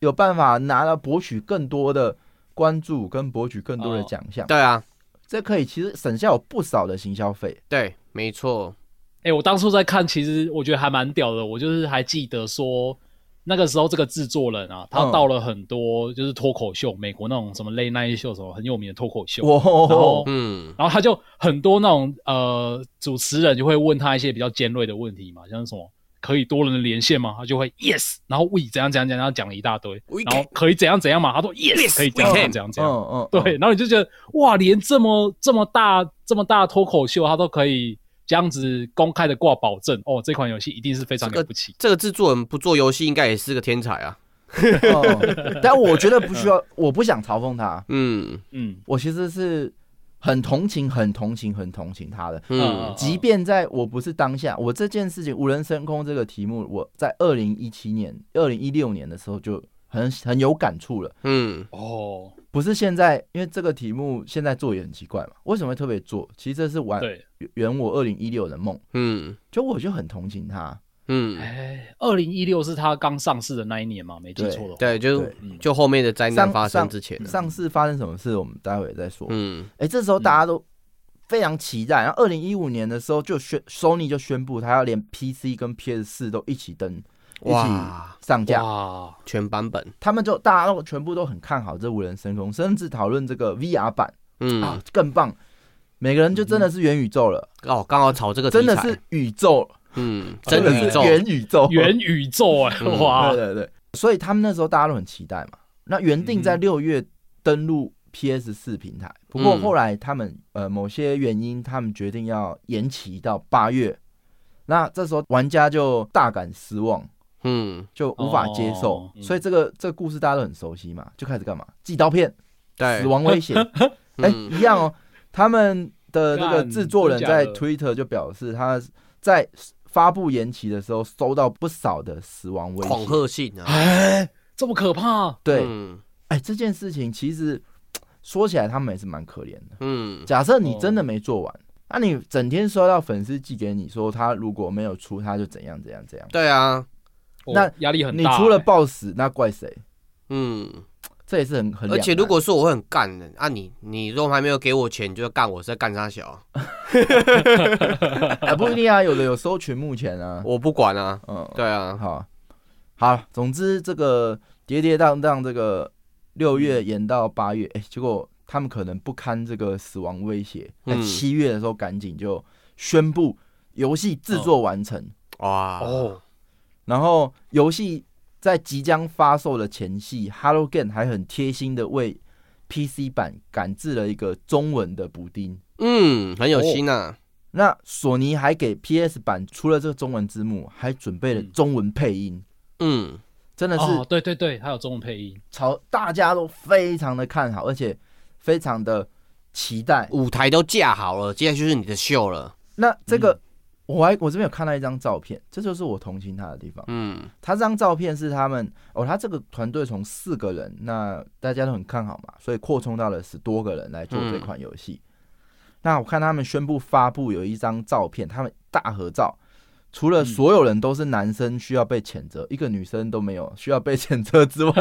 Speaker 4: 有办法拿到博取更多的关注跟博取更多
Speaker 2: 哦
Speaker 4: 的奖项，
Speaker 5: 对啊，
Speaker 4: 这可以其实省下我不少的行销费。
Speaker 5: 对，没错。
Speaker 2: 哎，我当初在看，其实我觉得还蛮屌的，我就是还记得说。那个时候，这个制作人啊，他
Speaker 4: 嗯
Speaker 2: 到了很多就是脱口秀，美国那种什么 late night show 什么很有名的脱口秀，然
Speaker 4: 哇哦
Speaker 2: 后，
Speaker 5: 嗯，
Speaker 2: 然后他就很多那种呃主持人就会问他一些比较尖锐的问题嘛，像是什么可以多人连线吗？他就会 yes，然后 we 怎样怎样怎样，然后讲了一大堆
Speaker 5: We，
Speaker 2: 然后可以怎样怎样嘛，他说 yes，
Speaker 5: Yes，
Speaker 2: 可以怎样
Speaker 5: we
Speaker 2: 怎样
Speaker 5: can 哦
Speaker 2: 怎样怎
Speaker 4: 嗯
Speaker 2: 样，
Speaker 4: 嗯，
Speaker 2: 对，然后你就觉得哇，连这么这么大这么大的脱口秀他都可以这样子公开的挂保证，哦，这款游戏一定是非常
Speaker 5: 这个
Speaker 2: 了不起，
Speaker 5: 这个制作人不做游戏，应该也是个天才啊。
Speaker 4: 嗯嗯但我觉得不需要，我不想嘲讽他，
Speaker 5: 嗯
Speaker 2: 嗯
Speaker 4: 我其实是很同情、很同情、很同情他的。
Speaker 2: 哦
Speaker 5: 嗯，
Speaker 4: 即便在我不是当下，我这件事情无人升空这个题目，我在二零一七年、二零一六年的时候就很很有感触了。
Speaker 5: 嗯，
Speaker 2: 哦，
Speaker 4: 不是现在，因为这个题目现在做也很奇怪嘛。为什么会特
Speaker 5: 哎
Speaker 4: 别做？其实这是玩
Speaker 2: 对，
Speaker 4: 圆我二零一六的梦，
Speaker 5: 嗯
Speaker 4: 就我就很同情他，
Speaker 5: 嗯，
Speaker 2: 哎，二零一六是他刚上市的那一年嘛，没记
Speaker 4: 对
Speaker 2: 错的话。
Speaker 5: 对，就
Speaker 4: 对
Speaker 2: 嗯
Speaker 5: 就后面的灾难
Speaker 4: 上
Speaker 5: 发生
Speaker 4: 上
Speaker 5: 之前，啊
Speaker 4: 上次发生什么事，我们待会再说。哎、
Speaker 5: 嗯
Speaker 4: 这时候大家都非常期待。然后二零一五年的时候，就宣 Sony 就宣布，它要连 PC 跟 PS 四都一起登，一起
Speaker 5: 哇
Speaker 4: 上架。
Speaker 2: 哇，
Speaker 5: 全版本，
Speaker 4: 他们就大家都全部都很看好这无人深空，甚至讨论这个 VR 版、啊
Speaker 5: 嗯，
Speaker 4: 更棒。每个人就真的是元宇宙了，
Speaker 5: 哦，刚好炒这个题
Speaker 4: 真的
Speaker 5: 材
Speaker 4: 是，宇宙，
Speaker 5: 嗯，
Speaker 4: 真
Speaker 5: 真
Speaker 4: 的
Speaker 5: 宇
Speaker 4: 是
Speaker 5: 宙，
Speaker 4: 元宇宙，
Speaker 2: 元宇宙哎、
Speaker 5: 嗯
Speaker 2: 哇
Speaker 4: 对，对对，所以他们那时候大家都很期待嘛。那原定在
Speaker 2: 嗯
Speaker 4: 六月登陆 PS 四平台，不过
Speaker 5: 嗯
Speaker 4: 后来他们呃某些原因，他们决定要延期到八月。那这时候玩家就大感失望，
Speaker 5: 嗯，
Speaker 4: 就无法接受，
Speaker 2: 哦嗯
Speaker 4: 所以这个这个故事大家都很熟悉嘛，就开始干嘛？寄刀片，
Speaker 5: 对
Speaker 4: 死，亡 威胁，哎、
Speaker 5: 嗯
Speaker 4: 一样哦。他们的那个
Speaker 2: 干
Speaker 4: 制作人
Speaker 2: 真假
Speaker 4: 在
Speaker 2: 的
Speaker 4: Twitter 就表示，他在发布延期的时候收到不少的死亡威
Speaker 5: 恐
Speaker 4: 胁。
Speaker 5: 吓性啊，
Speaker 2: 哎、这么可怕，
Speaker 4: 对，
Speaker 5: 嗯
Speaker 4: 哎、这件事情其实说起来，他们也是蛮可怜的。
Speaker 5: 嗯
Speaker 4: 假设你真的没做完，那、你整天收到粉丝寄给你说他如果没有出，他就怎样怎样怎样。
Speaker 5: 对啊，
Speaker 2: 哦
Speaker 4: 那
Speaker 2: 压力很
Speaker 4: 你
Speaker 2: 大、
Speaker 4: 除
Speaker 5: 欸
Speaker 4: 了
Speaker 2: 哎
Speaker 4: 暴死，那怪谁？
Speaker 5: 嗯，
Speaker 4: 这也是很很两难。
Speaker 5: 而且如果说我会很干的，啊你你如果还没有给我钱，你就要干我是在干啥小，啊
Speaker 4: 哎、不一定啊， 有的有收群募钱啊。
Speaker 5: 我不管啊，
Speaker 4: 嗯，
Speaker 5: 对啊，
Speaker 4: 好，好，总之这个跌跌宕宕，这个六月
Speaker 5: 嗯
Speaker 4: 延到八月，哎、结果他们可能不堪这个死亡威胁，在、
Speaker 5: 嗯
Speaker 4: 七月的时候赶紧就宣布游戏制
Speaker 5: 哦
Speaker 4: 作完成，
Speaker 5: 哇，
Speaker 2: 哦，
Speaker 4: 然后游戏在即将发售的前夕，Hello Game 还很贴心的为 PC 版赶制了一个中文的补丁。
Speaker 5: 嗯，很有心
Speaker 4: 哦
Speaker 5: 呐，
Speaker 4: 那索尼还给 PS 版除了这个中文字幕，还准备了
Speaker 2: 嗯
Speaker 4: 中文配音，
Speaker 5: 嗯
Speaker 4: 真的是
Speaker 2: 哦，对对对，还有中文配音，
Speaker 4: 朝大家都非常的看好，而且非常的期待。
Speaker 5: 舞台都架好了，接下来就是你的秀了，
Speaker 4: 那这个、
Speaker 2: 嗯
Speaker 4: 我还我这边有看到一张照片，这就是我同情他的地方。
Speaker 5: 嗯
Speaker 4: 他这张照片是他们哦，他这个团队从四个人，那大家都很看好嘛，所以扩充到了十多个人来做这款游戏。那我看他们宣布发布有一张照片，他们大合照，除了所有人都是男生需要被谴责，一个女生都没有需要被谴责之外，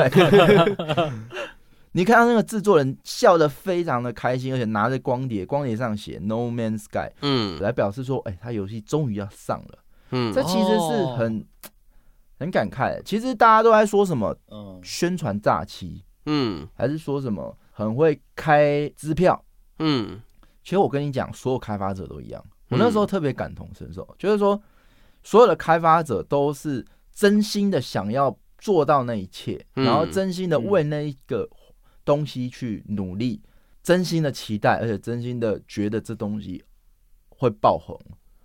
Speaker 4: 你看到那个制作人笑得非常的开心，而且拿着光碟，光碟上写 No Man's Sky
Speaker 5: 嗯
Speaker 4: 来表示说，哎、他游戏终于要上了。
Speaker 5: 嗯
Speaker 4: 这，其实是很、很感慨。其实大家都在说什么
Speaker 2: 嗯，
Speaker 4: 宣传诈欺，
Speaker 5: 嗯
Speaker 4: 还是说什么很会开支票？
Speaker 5: 嗯
Speaker 4: 其实我跟你讲，所有开发者都一样。我那时候特别感同身受，就是说所有的开发者都是真心的想要做到那一切，
Speaker 5: 嗯
Speaker 4: 然后真心的为那一个东西去努力，真心的期待，而且真心的觉得这东西会爆红。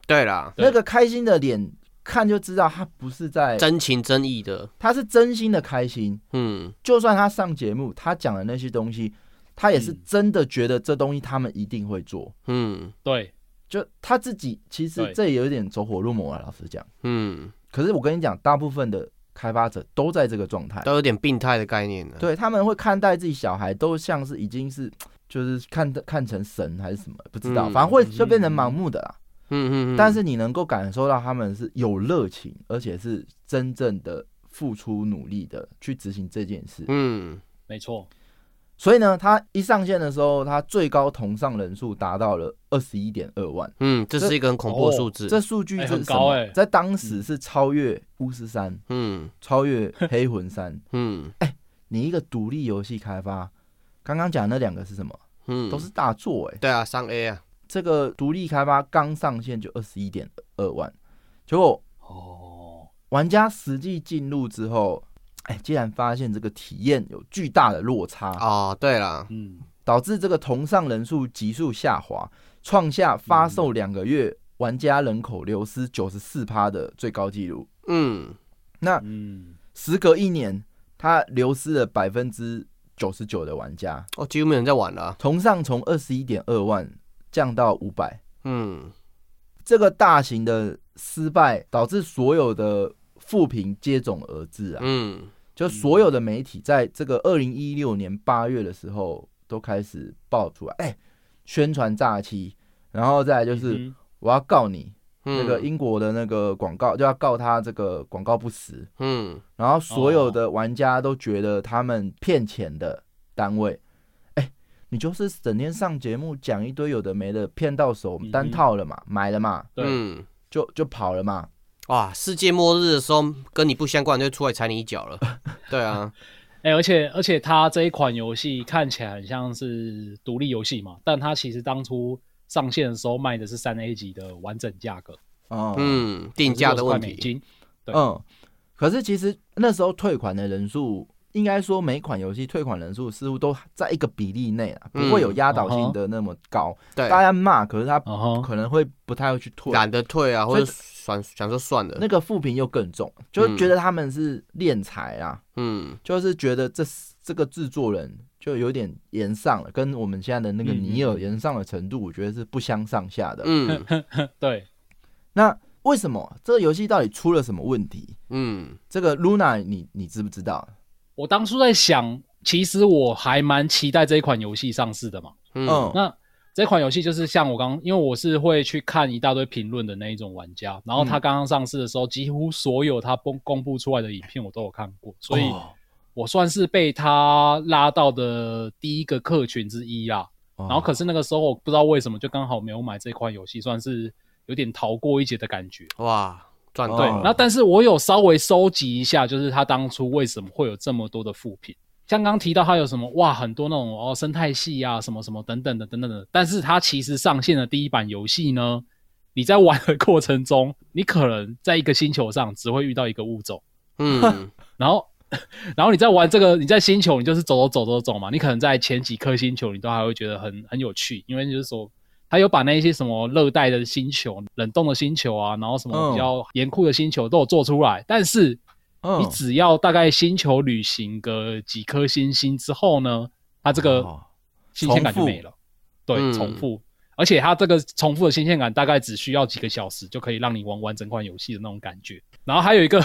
Speaker 5: 对啦，
Speaker 2: 对
Speaker 4: 那个开心的脸看就知道，他不是在
Speaker 5: 真情真意的，
Speaker 4: 他是真心的开心，
Speaker 5: 嗯
Speaker 4: 就算他上节目，他讲的那些东西，他也是
Speaker 2: 嗯
Speaker 4: 真的觉得这东西他们一定会做。
Speaker 5: 嗯
Speaker 2: 对，
Speaker 4: 就他自己其实
Speaker 2: 对
Speaker 4: 这也有点走火入魔了，老实讲。
Speaker 5: 嗯，
Speaker 4: 可是我跟你讲，大部分的开发者都在这个状态，
Speaker 5: 都有点病态的概念了，
Speaker 4: 对他们会看待自己小孩都像是已经是就是看看成神还是什么，不知道，
Speaker 5: 嗯
Speaker 4: 反正会就变成盲目的啦。
Speaker 5: 嗯嗯嗯，
Speaker 4: 但是你能够感受到他们是有热情，而且是真正的付出努力的去执行这件事。
Speaker 5: 嗯
Speaker 2: 没错，
Speaker 4: 所以呢，他一上线的时候，他最高同上人数达到了二十一点二万，
Speaker 5: 嗯，这是一个很恐怖的数字，
Speaker 4: 这数据
Speaker 2: 哎
Speaker 4: 是
Speaker 2: 很
Speaker 4: 什
Speaker 2: 高
Speaker 4: 么？
Speaker 2: 哎
Speaker 4: 在当时是超越巫师三，
Speaker 5: 嗯
Speaker 4: 超越黑魂三。
Speaker 5: 嗯
Speaker 4: 你一个独立游戏开发，刚刚讲的那两个是什么？
Speaker 5: 嗯，
Speaker 4: 都是大作哎、
Speaker 5: 对啊，上 A 啊，
Speaker 4: 这个独立开发刚上线就二十一点二万，结果
Speaker 2: 哦，
Speaker 4: 玩家实际进入之后，哎，竟然发现这个体验有巨大的落差
Speaker 5: 哦，对啦，
Speaker 2: 嗯，
Speaker 4: 导致这个同上人数急速下滑，创下发售两个月、玩家人口流失九十四趴的最高纪录。
Speaker 5: 嗯
Speaker 4: 那
Speaker 2: 嗯，
Speaker 4: 时隔一年，它流失了百分之九十九的玩家，
Speaker 5: 哦，几乎没有人在玩了，
Speaker 4: 同上从二十一点二万降到五百。
Speaker 5: 嗯
Speaker 4: 这个大型的失败导致所有的负评接踵而至啊，
Speaker 5: 嗯
Speaker 4: 就所有的媒体在这个二零一六年八月的时候都开始爆出来，哎、宣传诈欺，然后再来就是
Speaker 2: 嗯
Speaker 4: 我要告你，
Speaker 5: 那
Speaker 4: 那个英国的那个广告，就要告他这个广告不实，
Speaker 5: 嗯
Speaker 4: 然后所有
Speaker 2: 哦
Speaker 4: 的玩家都觉得他们骗钱的单位，哎、你就是整天上节目讲一堆有的没的，骗到手
Speaker 2: 嗯
Speaker 4: 单套了嘛，买了嘛，
Speaker 2: 对
Speaker 5: 嗯，
Speaker 4: 就就跑了嘛，
Speaker 5: 哇，世界末日的时候跟你不相关就出来踩你一脚 了，对啊，
Speaker 2: 哎、而且而且它这一款游戏看起来很像是独立游戏嘛，但它其实当初上线的时候卖的是三 A 级的完整价格，
Speaker 4: 哦，
Speaker 5: 嗯，定价的问
Speaker 2: 60块美
Speaker 5: 题，
Speaker 2: 金。对
Speaker 4: 嗯，可是其实那时候退款的人数，应该说每款游戏退款人数似乎都在一个比例内啊，
Speaker 5: 嗯
Speaker 4: 不会有压倒
Speaker 2: 嗯
Speaker 4: 性
Speaker 2: 哼
Speaker 4: 的那么高。
Speaker 5: 对，
Speaker 4: 大家骂，可是他
Speaker 2: 嗯哼，
Speaker 4: 可能会不太会去退。
Speaker 5: 懒得退啊，或
Speaker 4: 所以
Speaker 5: 者想想说算了
Speaker 4: 那，个负评又更重，就是觉得他们是敛财啊，
Speaker 5: 嗯
Speaker 4: 就是觉得这这个制作人就有点延上了，跟我们现在的那个
Speaker 2: 嗯
Speaker 4: 尼尔延上的程度，我觉得是不相上下的。
Speaker 5: 嗯
Speaker 2: 对，
Speaker 4: 那为什么这个游戏到底出了什么问题？
Speaker 5: 嗯
Speaker 4: 这个 Luna，你你知不知道？
Speaker 2: 我当初在想，其实我还蛮期待这一款游戏上市的嘛。
Speaker 5: 嗯
Speaker 4: 嗯
Speaker 2: 那这款游戏就是像我刚，因为我是会去看一大堆评论的那一种玩家，然后它
Speaker 4: 嗯
Speaker 2: 刚刚上市的时候，几乎所有它公公布出来的影片我都有看过，所以
Speaker 4: 哦
Speaker 2: 我算是被它拉到的第一个客群之一啦。
Speaker 4: 哦
Speaker 2: 然后可是那个时候我不知道为什么就刚好没有买这款游戏，算是有点逃过一劫的感觉。
Speaker 5: 哇，赚到
Speaker 2: 对，
Speaker 4: 哦
Speaker 5: 了，
Speaker 2: 那但是我有稍微收集一下，就是他当初为什么会有这么多的副品，像刚提到他有什么哇，很多那种哦生态系啊，什么什么等等的等等的，但是它其实上线的第一版游戏呢，你在玩的过程中，你可能在一个星球上只会遇到一个物种，
Speaker 5: 嗯
Speaker 2: 然后。 然后你在玩这个，你在星球，你就是走走走走走嘛。你可能在前几颗星球，你都还会觉得很很有趣，因为就是说，他有把那些什么热带的星球、冷冻的星球啊，然后什么比较严酷的星球都有做出来。但是你
Speaker 4: 嗯
Speaker 2: 只要大概星球旅行个几颗星星之后呢，它这个
Speaker 4: 哦
Speaker 2: 新鲜感就没了。对，
Speaker 5: 嗯
Speaker 2: 重复，而且它这个重复的新鲜感大概只需要几个小时就可以让你玩完整款游戏的那种感觉。然后还有一个，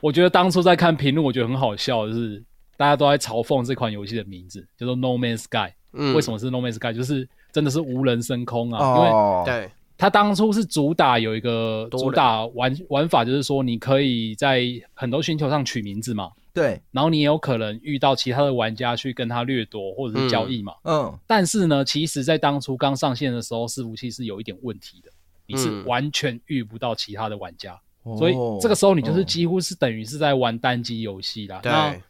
Speaker 2: 我觉得当初在看评论，我觉得很好笑，就是大家都在嘲讽这款游戏的名字叫做 No Man's Sky。
Speaker 5: 嗯
Speaker 2: 为什么是 No Man's Sky？就是真的是无人升空啊，因为
Speaker 4: 哦，
Speaker 5: 对，
Speaker 2: 它当初是主打有一个
Speaker 5: 多人
Speaker 2: 主打玩玩法，就是说你可以在很多星球上取名字嘛，
Speaker 4: 对，
Speaker 2: 然后你也有可能遇到其他的玩家去跟他掠夺或者是交易嘛。
Speaker 4: 嗯
Speaker 2: 但是呢，其实在当初刚上线的时候，伺服器是有一点问题的，你是
Speaker 5: 嗯
Speaker 2: 完全遇不到其他的玩家，
Speaker 4: 哦
Speaker 2: 所以这个时
Speaker 4: 候
Speaker 2: 候你就是几乎是等于是在玩单机游戏啦。那
Speaker 5: 对，嗯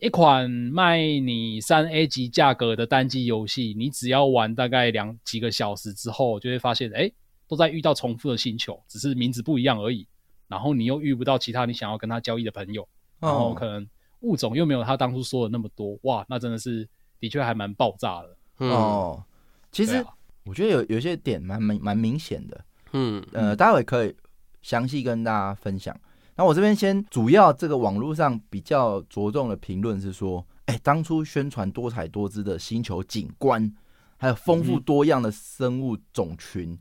Speaker 2: 一款卖你三 A 级价格的单机游戏，你只要玩大概两几个小时之后，就会发现，哎，都在遇到重复的星球，只是名字不一样而已。然后你又遇不到其他你想要跟他交易的朋友，
Speaker 4: 哦
Speaker 2: 然
Speaker 4: 嗯
Speaker 2: 后可能物种又没有他当初说的那么多，哇，那真的是的确还蛮爆炸的。
Speaker 5: 嗯
Speaker 4: 哦，其
Speaker 2: 对
Speaker 4: 实
Speaker 2: 啊
Speaker 4: 我觉得有有些点蛮蛮蛮明显的，
Speaker 5: 嗯
Speaker 4: 呃，待会可以详细跟大家分享。那我这边先主要这个网络上比较着重的评论是说，哎、当初宣传多彩多姿的星球景观，还有丰富
Speaker 2: 嗯
Speaker 4: 多样的生物种群，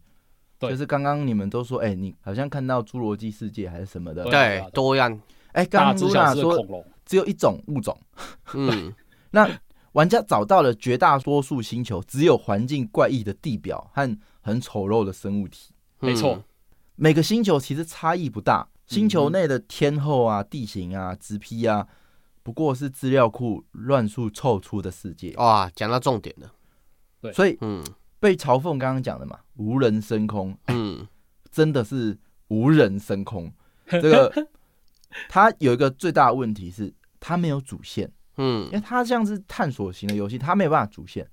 Speaker 2: 对
Speaker 4: 就是刚刚你们都说，哎、你好像看到侏罗纪世界还是什么的，
Speaker 2: 对啊对
Speaker 5: 对
Speaker 2: 啊，
Speaker 5: 多样，
Speaker 4: 哎，
Speaker 2: 大
Speaker 4: 刚刚
Speaker 2: 只小
Speaker 4: Luna
Speaker 2: 只的恐
Speaker 4: 说嗯
Speaker 2: 龙，
Speaker 4: 只有一种物种，
Speaker 5: 嗯
Speaker 4: 那玩家找到了绝大多数星球只有环境怪异的地表和很丑陋的生物体。
Speaker 2: 没错，
Speaker 4: 每个星球其实差异不大，星
Speaker 2: 嗯
Speaker 4: 球内的天候啊、地形啊、植批啊，不过是资料库乱数凑出的世界。
Speaker 5: 哇，讲到重点了，
Speaker 2: 哦对
Speaker 4: 所以
Speaker 5: 嗯
Speaker 4: 被嘲讽刚刚讲的嘛，无人升空，
Speaker 5: 嗯
Speaker 4: 真的是无人升 空。这个它有一个最大的问题是，它没有主线。因
Speaker 5: 嗯
Speaker 4: 为它像是探索型的游戏，它没有办法主线。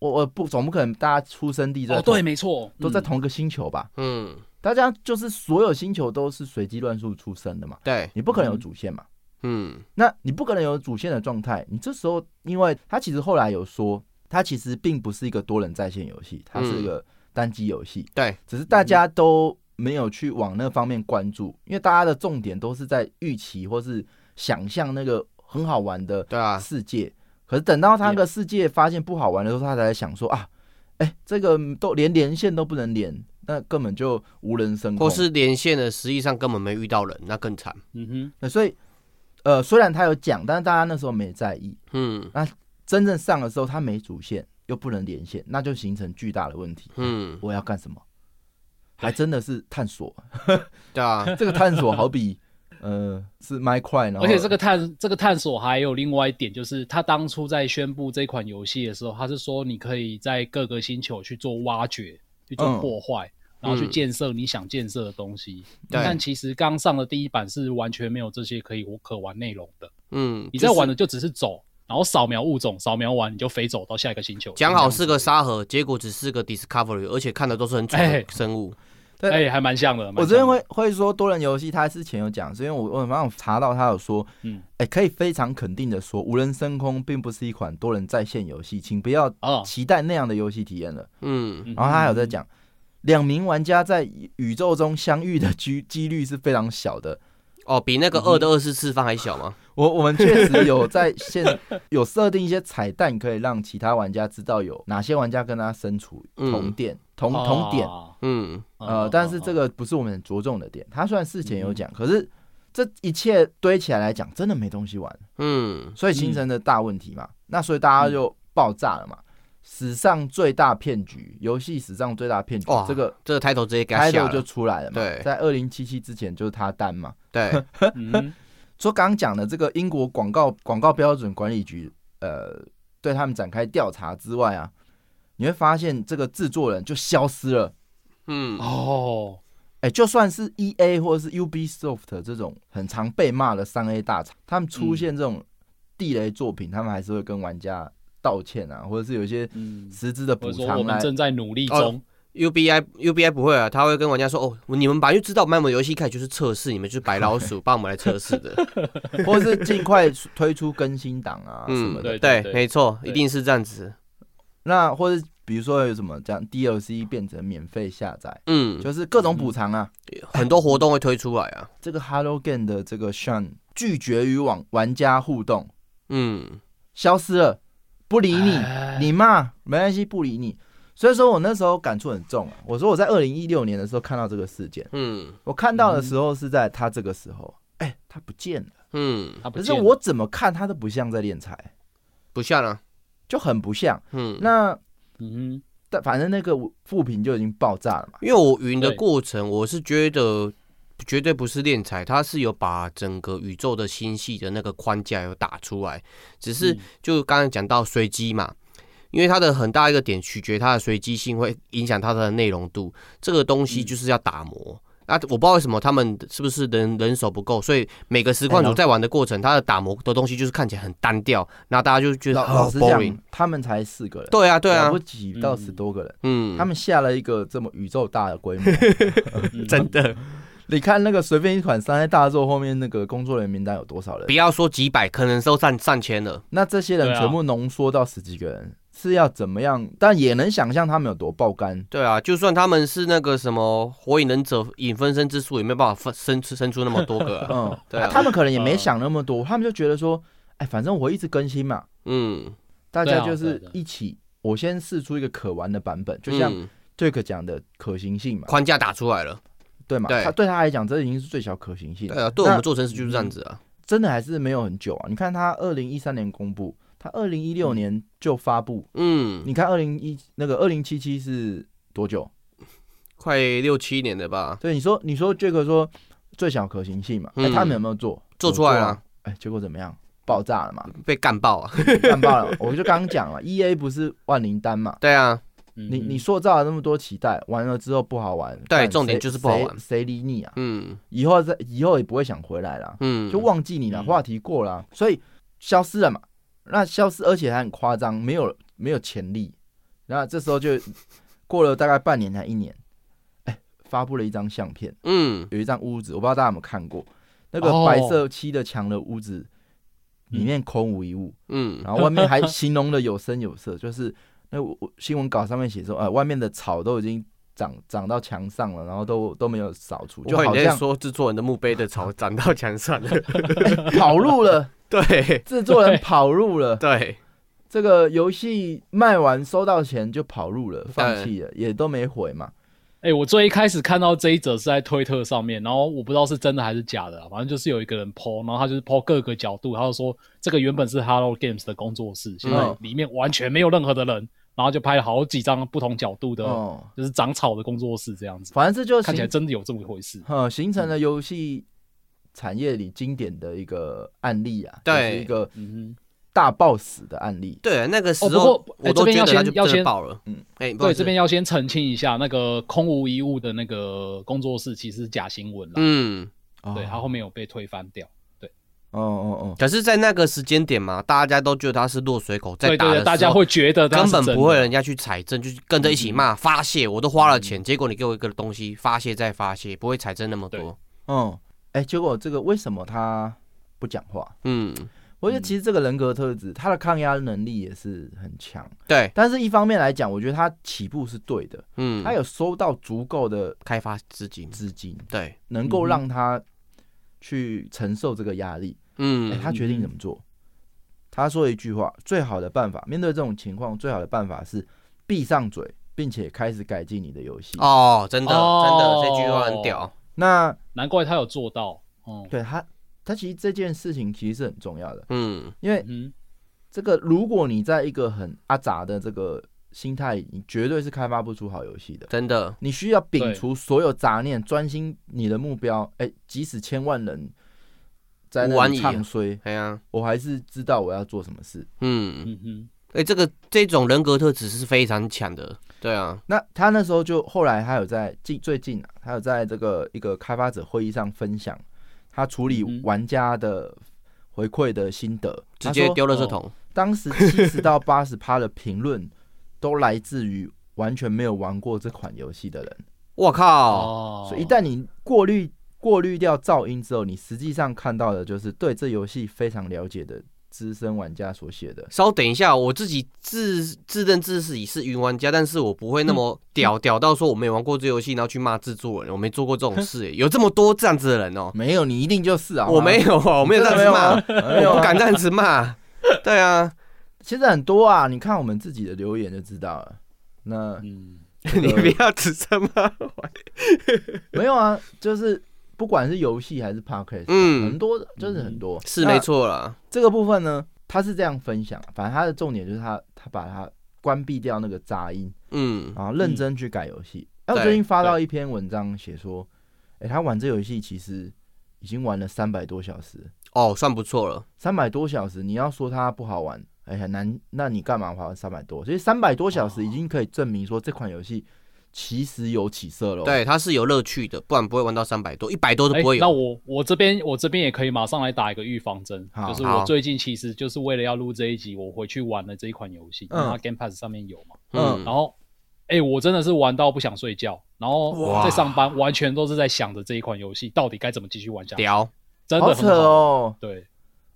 Speaker 4: 我我不总不可能大家出生地在
Speaker 2: 哦，
Speaker 4: 同
Speaker 2: 对，没错，
Speaker 4: 都在
Speaker 2: 嗯
Speaker 4: 同一个星球吧？
Speaker 5: 嗯，
Speaker 4: 大家就是所有星球都是随机乱数出生的嘛，
Speaker 5: 对，
Speaker 4: 你不可能有主线嘛。
Speaker 5: 嗯
Speaker 4: 那你不可能有主线的状态，你这时候，因为它其实后来有说，它其实并不是一个多人在线游戏，它是一个单机游戏，
Speaker 5: 嗯对，
Speaker 4: 只是大家都没有去往那方面关注，因为大家的重点都是在预期或是想象那个很好玩的
Speaker 5: 对啊，
Speaker 4: 世界。可是等到他那个世界发现不好玩的时候，他才想说啊，哎、这个都连连线都不能连，那根本就无人升空。
Speaker 5: 或是连线的，实际上根本没遇到人，那更惨。
Speaker 2: 嗯哼，
Speaker 4: 那所以，呃，虽然他有讲，但是大家那时候没在意。
Speaker 5: 嗯
Speaker 4: 真正上的时候，他没主线，又不能连线，那就形成巨大的问题。
Speaker 5: 嗯
Speaker 4: 我要干什么？还真的是探索。
Speaker 5: 对啊，
Speaker 4: 这个探索好比，呃，是麦块，然后
Speaker 2: 而且这个探这个探索还有另外一点，就是他当初在宣布这款游戏的时候，他是说你可以在各个星球去做挖掘、去
Speaker 4: 嗯
Speaker 2: 做破坏，然后去建设你想建设的东西。
Speaker 5: 对
Speaker 2: 但其实刚上的第一版是完全没有这些可以可玩内容的，
Speaker 5: 嗯，
Speaker 2: 你在玩
Speaker 5: 就是
Speaker 2: 的就只是走，然后扫描物种，扫描完你就飞走到下一个星球。
Speaker 5: 讲好是个沙盒，结果只是个 discovery，而且看的都是很蠢
Speaker 2: 哎
Speaker 5: 的生物。
Speaker 4: 对
Speaker 2: 哎、还蛮像的。
Speaker 4: 我
Speaker 2: 蛮像的
Speaker 4: 这边会会说多人游戏，他之前有讲，是因为我我刚有查到他有说，
Speaker 2: 嗯
Speaker 4: 嗯，哎、可以非常肯定的说，无人升空并不是一款多人在线游戏，请不要
Speaker 2: 哦
Speaker 4: 期待那样的游戏体验了。
Speaker 5: 嗯，
Speaker 2: 嗯
Speaker 4: 然后他还有在讲，两名玩家在宇宙中相遇的几几率是非常小的。
Speaker 5: 哦，比那个二的二次次方还小吗？
Speaker 4: 我我们确实有在现有设定一些彩蛋，可以让其他玩家知道有哪些玩家跟他身处同
Speaker 5: 嗯
Speaker 4: 点、同同点。
Speaker 2: 哦
Speaker 5: 嗯，
Speaker 4: 呃，但
Speaker 2: 啊
Speaker 4: 是这个不是我们着重的点。他虽然事
Speaker 5: 嗯
Speaker 4: 前有讲，可是这一切堆起来来讲，真的没东西玩，
Speaker 5: 嗯，
Speaker 4: 所以形成的大问题嘛。那所以大家就爆炸了嘛。史上最大骗局，游戏史上最大骗局
Speaker 5: 哇，，
Speaker 4: 这个
Speaker 5: 这个抬头直接给他
Speaker 4: 开头
Speaker 5: 下
Speaker 4: 就
Speaker 5: 了。
Speaker 4: 出来了嘛。
Speaker 5: 对
Speaker 4: 在二零七七之前就是他单嘛。
Speaker 5: 对，
Speaker 2: 嗯
Speaker 4: 说刚刚讲的这个英国广告广告标准管理局，呃，对他们展开调查之外啊，你会发现这个制作人就消失了。
Speaker 5: 嗯，
Speaker 2: 哦，
Speaker 4: 哎、就算是 E A 或者是 Ubisoft 这种很常被骂的三 A 大厂，他们出现这种地雷作品，他们还是会跟玩家道歉啊，或者是有一些
Speaker 2: 嗯，
Speaker 4: 实质的
Speaker 2: 或者
Speaker 4: 补
Speaker 2: 说 我
Speaker 4: 偿啊
Speaker 2: 们
Speaker 4: 来。
Speaker 2: 正在努力
Speaker 4: 哦
Speaker 2: 中，
Speaker 5: UBI UBI 不会啊，他会跟玩家说哦，你们本来就知道，我们游戏一开始就是测试，你们就是白老鼠，帮我们来测试的。
Speaker 4: 或者是尽快推出更新档啊什么的。
Speaker 5: 嗯，
Speaker 2: 对
Speaker 5: 对，
Speaker 2: 对
Speaker 5: 没错，
Speaker 2: 对
Speaker 5: 一定是这样子。
Speaker 4: 那或者比如说有什么讲 DLC 变成免费下载，
Speaker 5: 嗯，
Speaker 4: 就是各种补偿啊。
Speaker 5: 很多活动会推出来啊。
Speaker 4: 这个 Hello Game 的这个 Sean 拒绝与网玩家互动，
Speaker 5: 嗯，
Speaker 4: 消失了，不理你
Speaker 2: 哎，
Speaker 4: 你骂没关系，不理你。所以说我那时候感触很重啊。我说我在二零一六年的时候看到这个事件，
Speaker 5: 嗯
Speaker 4: 我看到的时候是在他这个时候，哎、他不见了。
Speaker 5: 嗯，
Speaker 2: 他不
Speaker 4: 可是
Speaker 2: 见了
Speaker 4: 我怎么看他都不像在练财，
Speaker 5: 不像啊。
Speaker 4: 就很不像。
Speaker 5: 嗯，
Speaker 4: 那
Speaker 2: 嗯
Speaker 4: 但反正那个副评就已经爆炸了嘛。
Speaker 5: 因为我云的
Speaker 2: 对
Speaker 5: 过程，我是觉得绝对不是敛财，它是有把整个宇宙的星系的那个框架有打出来，只是
Speaker 2: 嗯
Speaker 5: 就刚才讲到随机嘛。因为它的很大一个点取决它的随机性，会影响它的内容度。这个东西
Speaker 2: 嗯
Speaker 5: 就是要打磨。那、我不知道为什么他们是不是人人手不够，所以每个实况
Speaker 4: 哎
Speaker 5: 组
Speaker 4: 老
Speaker 5: 在玩的过程，它的打磨的东西就是看起来很单调，那大家就觉得
Speaker 4: 老
Speaker 5: 很
Speaker 4: 老实讲
Speaker 5: boring。，
Speaker 4: 他们才四个人，
Speaker 5: 对啊，对啊
Speaker 4: 了不，起到十多个人，
Speaker 5: 嗯，
Speaker 4: 他们下了一个这么宇宙大的规模。
Speaker 2: 嗯哼，
Speaker 5: 真的
Speaker 4: 你看那个随便一款商业大作后面那个工作人员名单有多少人
Speaker 5: 不？要说几百，可能都上上千了。
Speaker 4: 那这些人
Speaker 2: 对啊
Speaker 4: 全部浓缩到十几个人，是要怎么样？但也能想象他们有多爆 肝。
Speaker 5: 对啊，就算他们是那个什么火影忍者影分身之术，也没有办法分生出生出那么多个、 啊。
Speaker 4: 嗯，
Speaker 5: 对啊
Speaker 4: 他们可能也没想那么多，他们就觉得说，哎，反正我一直更新嘛，
Speaker 5: 嗯，
Speaker 4: 大
Speaker 2: 对
Speaker 4: 家
Speaker 2: 啊
Speaker 4: 就是
Speaker 2: 对啊
Speaker 4: 一起，我先试出一个可玩的版本，就像
Speaker 5: 嗯
Speaker 4: Jack 讲的可行性嘛，
Speaker 5: 框架打出来了。
Speaker 4: 对嘛？
Speaker 5: 对
Speaker 4: 他对他来讲，这已经是最小可行性
Speaker 5: 对
Speaker 4: 了。
Speaker 5: 啊，对我们做城市就是这样子啊。
Speaker 4: 真的还是没有很久啊。你看他二零一三年公布，他二零一六年就发布，
Speaker 5: 嗯，
Speaker 4: 你看二零一那个二零七七是多久？
Speaker 5: 快六七年了吧？
Speaker 4: 对，你说你说这个说最小可行性嘛，哎、
Speaker 5: 嗯
Speaker 4: 他们有没有做？
Speaker 5: 做出来
Speaker 4: 有
Speaker 5: 了
Speaker 4: 啊，哎、结果怎么样？爆炸了嘛，
Speaker 5: 被干爆啊！
Speaker 4: 干爆了。 我就刚刚讲了，E A 不是万灵丹嘛，
Speaker 5: 对啊，
Speaker 4: 你
Speaker 2: 你
Speaker 4: 你塑造了那么多期待，完了之后不好玩，
Speaker 5: 对
Speaker 4: 干
Speaker 5: 重点
Speaker 4: 谁
Speaker 5: 就是不好玩
Speaker 4: 谁谁理你啊？
Speaker 5: 嗯
Speaker 4: 以后再以后也不会想回来啦，
Speaker 5: 嗯，
Speaker 4: 就忘记你了，
Speaker 2: 嗯
Speaker 4: 话题过了啊、所以消失了嘛。那消失，而且还很夸张，没有没有潜力。那这时候就 过了大概半年还一年，哎、发布了一张相片。
Speaker 5: 嗯
Speaker 4: 有一张屋子，我不知道大家有没有看过，那个
Speaker 2: 哦
Speaker 4: 白色漆的墙的屋子里面空无一物，
Speaker 5: 嗯
Speaker 4: 然后外面还形容的有声有色，就是那我我新闻稿上面写说，呃，外面的草都已经长长到墙上了，然后都都没有扫除，就
Speaker 5: 我以
Speaker 4: 好
Speaker 5: 为你在
Speaker 4: 像
Speaker 5: 说制作人的墓碑的草长到墙 上了。
Speaker 4: 跑路 了，
Speaker 5: 对
Speaker 4: 制作人跑路了，
Speaker 5: 对，
Speaker 4: 这个游戏卖完收到钱就跑路了，放弃了，也都没回嘛。
Speaker 2: 哎、我最一开始看到这一则是在推特上面，然后我不知道是真的还是假的啊，反正就是有一个人 PO，然后他就是 PO 各个
Speaker 4: 嗯
Speaker 2: 角度，他就说这个原本是 Hello Games 的工作室，现在里面完全没有任何的人，然后就拍了好几张不同角度的，
Speaker 4: 哦
Speaker 2: 就是长草的工作室这样子，
Speaker 4: 反正这就是
Speaker 2: 看起来真的有这么一回事。
Speaker 4: 呃，形成了游戏产业里经典的一个案例啊，
Speaker 5: 对
Speaker 4: 就是一个
Speaker 2: 嗯
Speaker 4: 大爆死的案例。
Speaker 5: 对，啊那个时
Speaker 2: 哦不
Speaker 5: 候
Speaker 2: 过哎
Speaker 5: 我都
Speaker 2: 这边要
Speaker 5: 觉得他
Speaker 2: 先
Speaker 5: 就
Speaker 2: 要
Speaker 5: 真的
Speaker 2: 先
Speaker 5: 爆了。
Speaker 4: 嗯，
Speaker 5: 哎，不好
Speaker 2: 对，
Speaker 5: 意思
Speaker 2: 这边要先澄清一下，那个空无一物的那个工作室其实是假新闻啦，
Speaker 5: 嗯，
Speaker 4: 哦
Speaker 2: 对，他后面有被推翻掉。
Speaker 4: 哦哦
Speaker 5: 可是，在那个时间点嘛，大家都觉得他是落水狗在
Speaker 2: 对
Speaker 5: 打
Speaker 2: 对
Speaker 5: 的
Speaker 2: 对，大家会觉得它
Speaker 5: 根
Speaker 2: 是
Speaker 5: 本
Speaker 2: 真
Speaker 5: 不会
Speaker 2: 的啊嗯
Speaker 5: 人家去采证，就是跟着一起骂发泄。我都花了钱，结果你给我一个东西发泄再发泄，不会采证那么
Speaker 2: 对
Speaker 5: 多。
Speaker 4: 哦哦，哎，结果这个为什么他不讲话？
Speaker 5: 嗯，
Speaker 4: 我觉得其实这个人格特质，他的抗压能力也是很强，
Speaker 5: 对，
Speaker 4: 但是一方面来讲，我觉得他起步是对的，
Speaker 5: 嗯，
Speaker 4: 他有收到足够的
Speaker 5: 开发资金，
Speaker 4: 资金，
Speaker 5: 对，
Speaker 4: 能够
Speaker 5: 嗯
Speaker 4: 让他去承受这个压力。哎、
Speaker 5: 嗯，
Speaker 4: 他决定怎么做？他说一句话：最好的办法，面对这种情况，最好的办法是闭上嘴，并且开始改进你的游戏。
Speaker 5: 哦，真的，真的，
Speaker 2: 哦
Speaker 5: 这句话很屌。
Speaker 4: 那
Speaker 2: 难怪他有做到。哦，
Speaker 4: 对他，他其实这件事情其实是很重要的，
Speaker 5: 嗯，
Speaker 4: 因为
Speaker 2: 嗯
Speaker 4: 这个，如果你在一个很阿杂的这个心态，你绝对是开发不出好游戏的。
Speaker 5: 真的，
Speaker 4: 你需要摒
Speaker 2: 对
Speaker 4: 除所有杂念，专心你的目标。哎、即使千万人在
Speaker 5: 无
Speaker 4: 那
Speaker 5: 安
Speaker 4: 里
Speaker 5: 矣
Speaker 4: 唱衰，
Speaker 5: 哎呀，
Speaker 4: 我还是知道我要做什么事。
Speaker 5: 嗯，
Speaker 2: 哼，嗯哼，
Speaker 5: 哎、这个这种人格特质是非常强的，对啊，
Speaker 4: 那他那时候就后来他有在近最近啊，他有在这个一个开发者会议上分享他处理
Speaker 2: 嗯哼
Speaker 4: 玩家的回馈的心得，
Speaker 5: 直
Speaker 4: 他
Speaker 5: 接
Speaker 4: 说
Speaker 5: 丢垃
Speaker 2: 哦
Speaker 5: 圾桶，
Speaker 4: 当时七十到八十趴的评论都来自于完全没有玩过这款游戏的人，
Speaker 5: 我、靠，
Speaker 2: 哦
Speaker 4: 所以一旦你过滤过滤掉噪音之后，你实际上看到的就是对这游戏非常了解的资深玩家所写的。
Speaker 5: 稍等一下，我自己自自认自己是云玩家，但是我不会那
Speaker 4: 嗯
Speaker 5: 么屌、屌到说我没玩过这游戏，然后去骂制作人，我没做过这种事、哎有这么多这样子的人哦、
Speaker 4: 没有，你一定就是嗯啊！
Speaker 5: 我没有啊，我没有这样
Speaker 4: 真的没
Speaker 5: 子
Speaker 4: 有
Speaker 5: 骂
Speaker 4: 啊，没有
Speaker 5: 我不
Speaker 4: 啊
Speaker 5: 敢这样子骂，对啊，
Speaker 4: 其实很多啊，你看我们自己的留言就知道了。那
Speaker 2: 嗯，
Speaker 5: 你不要指 责骂，
Speaker 4: 没有啊，就是不管是游戏还是 podcast，、很
Speaker 5: 嗯，
Speaker 4: 多就是很多、
Speaker 5: 是
Speaker 4: 那
Speaker 5: 没。错啦，
Speaker 4: 这个部分呢，他是这样分享，反正他的重点就是他他把它关闭掉那个杂音，
Speaker 5: 嗯，
Speaker 4: 然后认真去改游戏。哎、我
Speaker 5: 对
Speaker 4: 最近发到一篇文章，写说，哎、他玩这游戏其实已经玩了三百多小时，
Speaker 5: 哦，算不错了，
Speaker 4: 三百多小时，你要说它不好玩，哎、很难。那你干嘛花三百多？所以三百多小
Speaker 2: 哦
Speaker 4: 时已经可以证明说这款游戏其实有起色了。哦
Speaker 5: 对，，它是有乐趣的，不然不会玩到三百多，一百多都
Speaker 2: 哎
Speaker 5: 不会，有。
Speaker 2: 那我我这边我这边也可以马上来打一个预防针，
Speaker 4: 好
Speaker 2: 就是
Speaker 5: 好
Speaker 2: 我最近其实就是为了要录这一集，我回去玩了这一款游戏，因
Speaker 4: 嗯
Speaker 2: 为它 Game Pass 上面有嘛，
Speaker 5: 嗯
Speaker 2: 然后。哎、我真的是玩到不想睡觉，然后
Speaker 5: 哇
Speaker 2: 在上班完全都是在想着这一款游戏到底该怎么继续玩下去，
Speaker 5: 屌，
Speaker 2: 真
Speaker 4: 好
Speaker 2: 的很
Speaker 4: 扯哦。
Speaker 2: 对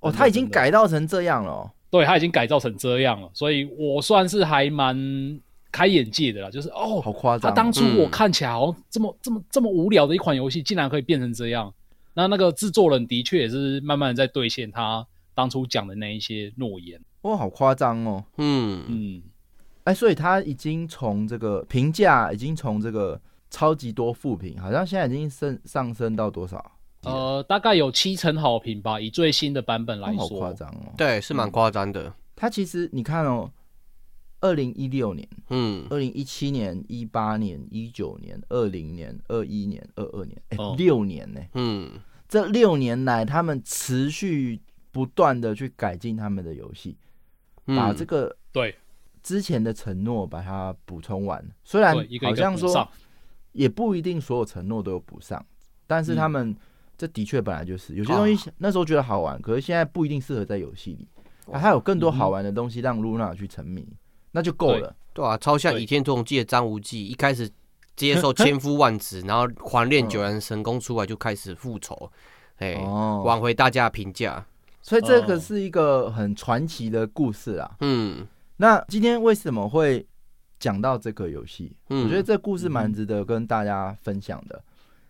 Speaker 4: 哦，
Speaker 2: 真的
Speaker 4: 他已经
Speaker 2: 真的
Speaker 4: 改造成这样了哦、
Speaker 2: 对，它已经改造成这样了，所以我算是还蛮开眼界的啦，就是哦，
Speaker 4: 好夸
Speaker 2: 他
Speaker 4: 张哦。
Speaker 2: 当初
Speaker 5: 嗯
Speaker 2: 我看起来好像这么、这么这么无聊的一款游戏，竟然可以变成这样。那那个制作人的确也是慢慢地在兑现他当初讲的那一些诺言。
Speaker 4: 哇，好夸张哦！
Speaker 5: 嗯，
Speaker 2: 嗯，
Speaker 4: 哎，所以他已经从这个评价，已经从这个超级多负评，好像现在已经升上升到多少？
Speaker 2: 呃，大概有七成好评吧，以最新的版本来
Speaker 4: 哦好
Speaker 2: 说。
Speaker 4: 夸张哦！
Speaker 5: 对，是蛮夸张的，
Speaker 4: 他其实你看哦，二零一六年、
Speaker 5: 嗯，
Speaker 4: 二零一七年、一八年、一九年、二零年、二一年、二二年，哎
Speaker 2: 哦，
Speaker 4: 六年呢、
Speaker 5: 嗯，
Speaker 4: 这六年来，他们持续不断的去改进他们的游戏，
Speaker 5: 嗯
Speaker 4: 把这个
Speaker 2: 对
Speaker 4: 之前的承诺把它补充完。虽然
Speaker 2: 对，一个一
Speaker 4: 好
Speaker 2: 个
Speaker 4: 像
Speaker 2: 补
Speaker 4: 说
Speaker 2: 上。
Speaker 4: 也不一定所有承诺都有补上，但
Speaker 2: 嗯
Speaker 4: 是他们、这的确本来就是
Speaker 2: 哦
Speaker 4: 有些东西那时候觉得好玩，可是现在不一定适合在游戏里。啊，它有
Speaker 2: 嗯
Speaker 4: 更多好玩的东西让露娜去沉迷，那就够了。
Speaker 5: 对啊，超像《倚天屠龙记》的张无忌，一开始接受千夫 万指，然后狂练九阳神功出来就开始复仇，哎，
Speaker 4: 哦，
Speaker 5: 挽回大家的评价。
Speaker 4: 所以这个
Speaker 2: 哦
Speaker 4: 是一个很传奇的故事啦。
Speaker 5: 嗯
Speaker 4: 那今天为什么会讲到这个游戏？
Speaker 5: 嗯，
Speaker 4: 我觉得这故事蛮值得跟大家分享的，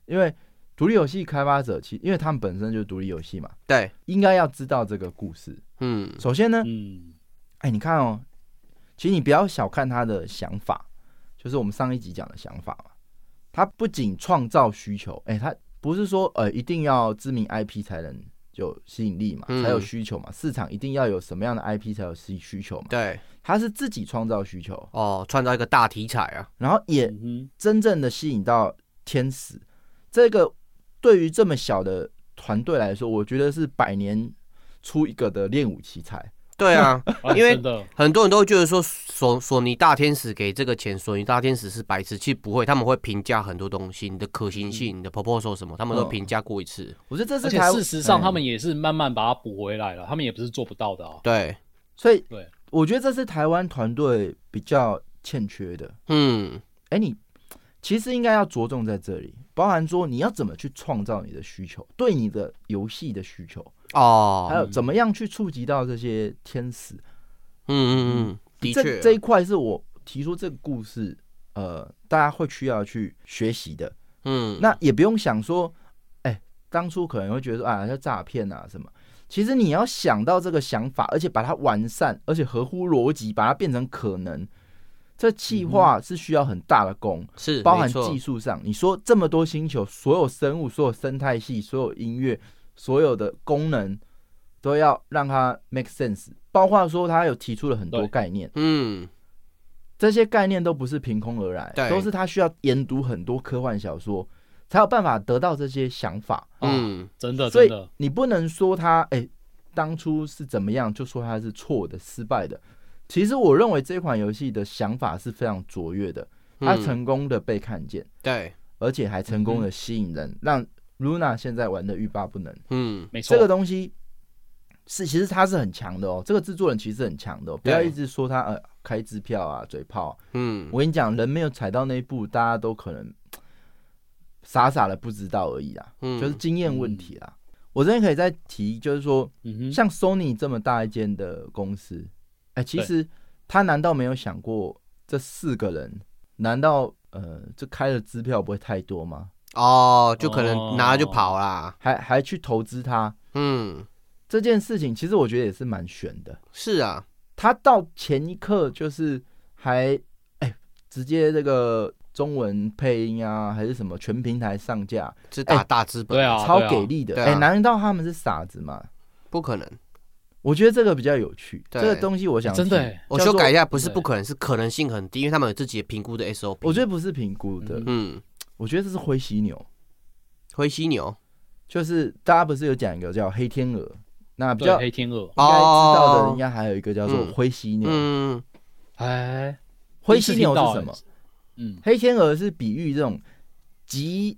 Speaker 4: 因为独立游戏开发者其因为他们本身就是独立游戏嘛，
Speaker 5: 对，
Speaker 4: 应该要知道这个故事。
Speaker 5: 嗯
Speaker 4: 首先呢，
Speaker 2: 嗯，
Speaker 4: 哎，你看哦，其实你不要小看他的想法，就是我们上一集讲的想法嘛。他不仅创造需求，哎，他不是说呃一定要知名 IP 才能有吸引力嘛，
Speaker 5: 嗯
Speaker 4: 才有需求嘛，市场一定要有什么样的 IP 才有需需求嘛。
Speaker 5: 对，
Speaker 4: 他是自己创造需求，
Speaker 5: 哦，创造一个大题材啊，
Speaker 4: 然后也
Speaker 2: 嗯哼，
Speaker 4: 真正的吸引到天使。这个对于这么小的团队来说，我觉得是百年出一个的练武奇才。
Speaker 5: 对啊，
Speaker 2: 啊
Speaker 5: 因为
Speaker 2: 真的
Speaker 5: 很多人都会觉得说索索尼大天使给这个钱，索尼大天使是白痴，其实不会，他们会评价很多东西，你的可行性、你的 proposal 什么，他们都
Speaker 4: 嗯
Speaker 5: 评价过一次。
Speaker 4: 我觉得这
Speaker 2: 而
Speaker 4: 是
Speaker 2: 且
Speaker 4: 台
Speaker 2: 事实上，
Speaker 4: 嗯
Speaker 2: 他们也是慢慢把它补回来了，他们也不是做不到的啊。
Speaker 5: 对，
Speaker 4: 所以
Speaker 2: 对
Speaker 4: 我觉得这是台湾团队比较欠缺的。
Speaker 5: 嗯，
Speaker 4: 哎，你其实应该要着重在这里，包含说你要怎么去创造你的需求，对你的游戏的需求，还
Speaker 5: 哦，
Speaker 4: 有怎么样去触及到这些天使。
Speaker 5: 嗯嗯嗯，的
Speaker 4: 这
Speaker 5: 确，
Speaker 4: 这一块是我提出这个故事，呃，大家会需要去学习的。
Speaker 5: 嗯，
Speaker 4: 那也不用想说，哎，当初可能会觉得说啊，叫诈骗啊什么。其实你要想到这个想法，而且把它完善，而且合乎逻辑，把它变成可能。这计划是需要很大的功，
Speaker 5: 嗯是
Speaker 4: 包含
Speaker 5: 没错
Speaker 4: 技术上。你说这么多星球，所有生物、所有生态系、所有音乐、所有的功能，都要让它 make sense。包括说他有提出了很多
Speaker 2: 对
Speaker 4: 概念，
Speaker 5: 嗯，
Speaker 4: 这些概念都不是凭空而来
Speaker 5: 对，
Speaker 4: 都是他需要研读很多科幻小说，才有办法得到这些想法。
Speaker 5: 嗯，
Speaker 2: 真的
Speaker 4: 所
Speaker 2: 真
Speaker 4: 以
Speaker 2: 的，
Speaker 4: 你不能说他哎、当初是怎么样，就说他是错的、失败的。其实我认为这款游戏的想法是非常卓越的，它
Speaker 5: 嗯
Speaker 4: 成功的被看见，
Speaker 5: 对，
Speaker 4: 而且还成功的吸引人，让 Luna 现在玩的欲罢不能。
Speaker 5: 嗯，
Speaker 2: 没错
Speaker 4: 这个，东西是其实他是很强的哦，这个制作人其实很强的、哦，不要
Speaker 5: 对
Speaker 4: 一直说他呃开支票啊、嘴炮啊、
Speaker 5: 嗯，
Speaker 4: 我跟你讲，人没有踩到那一步，大家都可能傻傻的不知道而已啦，
Speaker 5: 嗯
Speaker 4: 就是经验问题啦。我这边可以再提，就是说，
Speaker 2: 嗯哼，
Speaker 4: 像 Sony 这么大一间的公司，哎、其实他难道没有想过这四个人，难道呃，这开的支票不会太多吗？
Speaker 5: 哦，就可能
Speaker 2: 哦
Speaker 5: 拿了就跑啦。
Speaker 4: 还还去投资他
Speaker 5: 嗯，
Speaker 4: 这件事情，其实我觉得也是蛮悬的。
Speaker 5: 是啊，
Speaker 4: 他到前一刻就是还哎、直接这个中文配音啊，还是什么全平台上架，
Speaker 5: 是打
Speaker 4: 哎
Speaker 5: 大资本，
Speaker 2: 对啊
Speaker 4: 超给力的。
Speaker 5: 对
Speaker 4: 哎、
Speaker 5: 啊
Speaker 4: 难道他们是傻子吗？
Speaker 5: 不可能。
Speaker 4: 我觉得这个比较有趣，
Speaker 5: 对
Speaker 4: 这个东西我想
Speaker 2: 啊真的
Speaker 4: 提
Speaker 2: 欸
Speaker 5: 我
Speaker 4: 叫
Speaker 5: 修
Speaker 4: 做
Speaker 5: 改一下，不是
Speaker 2: 对
Speaker 5: 不可能，是可能性很低，因为他们有自己的评估的 SOP。
Speaker 4: 我觉得，不是评估的，
Speaker 2: 嗯
Speaker 5: 嗯，
Speaker 4: 我觉得这是灰犀牛，
Speaker 5: 灰犀牛
Speaker 4: 就是大家不是有讲一个叫黑天鹅，那比
Speaker 2: 对
Speaker 4: 较应
Speaker 2: 黑天鹅，
Speaker 4: 该知道的人，应
Speaker 5: 哦，
Speaker 4: 该还有一个叫做
Speaker 5: 嗯
Speaker 4: 灰犀牛。
Speaker 5: 嗯，
Speaker 2: 哎，
Speaker 4: 灰犀牛
Speaker 2: 第一次听
Speaker 4: 是什
Speaker 2: 到
Speaker 4: 么？？
Speaker 2: 嗯，
Speaker 4: 黑天鹅是比喻这种极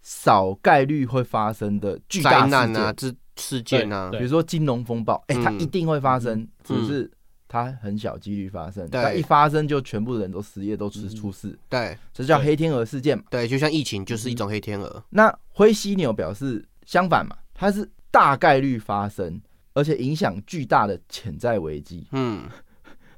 Speaker 4: 少概率会发生的巨大
Speaker 5: 灾
Speaker 4: 事
Speaker 5: 难
Speaker 4: 件
Speaker 5: 啊，这事件啊，
Speaker 2: 对
Speaker 4: 比如说金融风暴，哎、
Speaker 5: 嗯
Speaker 4: 它一定会发生，
Speaker 5: 嗯
Speaker 4: 只是它很小几率发生。
Speaker 5: 对嗯
Speaker 4: 但一发生就全部人都失业，都出出事，
Speaker 5: 对
Speaker 4: 这叫
Speaker 2: 对
Speaker 4: 黑天鹅事件嘛。
Speaker 5: 对，就像疫情
Speaker 2: 嗯
Speaker 5: 就是一种黑天鹅，
Speaker 4: 那灰犀牛表示相反嘛，它是大概率发生，而且影响巨大的潜在危机。
Speaker 5: 嗯，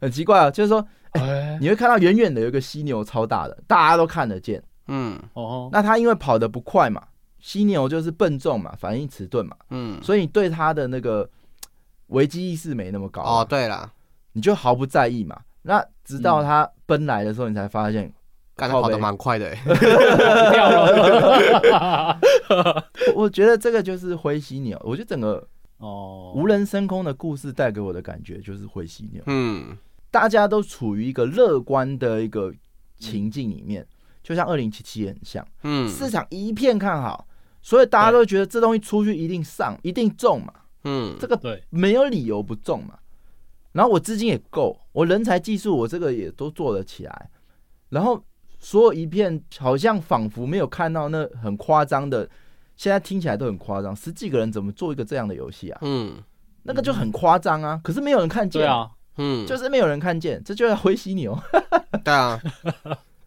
Speaker 4: 很奇怪啊，就是说
Speaker 2: 哎，
Speaker 4: 你会看到远远的有一个犀牛超大的，大家都看得见。
Speaker 5: 嗯
Speaker 2: 哦，
Speaker 4: 那它因为跑得不快嘛，犀牛就是笨重嘛，反应迟钝嘛，
Speaker 5: 嗯，
Speaker 4: 所以你对它的那个嘖危机意识没那么高啊
Speaker 5: 哦，对啦，
Speaker 4: 你就毫不在意嘛。那直到他奔来的时候，你才发现，
Speaker 5: 干他
Speaker 4: 靠
Speaker 5: 跑得
Speaker 4: 北
Speaker 5: 蛮快的欸，
Speaker 2: 掉 了，
Speaker 4: 我我觉得这个就是灰犀牛。我觉得整个
Speaker 2: 哦，
Speaker 4: 无人升空的故事带给我的感觉就是灰犀牛，
Speaker 5: 嗯，
Speaker 4: 大家都处于一个乐观的一个情境里面，就像二零七七也很像，
Speaker 5: 嗯，
Speaker 4: 市场一片看好，所以大家都觉得这东西出去一定上，一定中嘛，
Speaker 5: 嗯
Speaker 4: 这，个
Speaker 2: 对，
Speaker 4: 没有理由不中嘛。然后我资金也够，我人才技术我这个也都做得起来。然后所有一片好像仿佛没有看到那很夸张的，现在听起来都很夸张，十几个人怎么做一个这样的游戏啊？
Speaker 5: 嗯
Speaker 4: 那个就很夸张啊，可是没有人看见，
Speaker 2: 对，啊，
Speaker 5: 嗯，
Speaker 4: 就是没有人看见，这就叫灰犀牛。
Speaker 5: 对啊，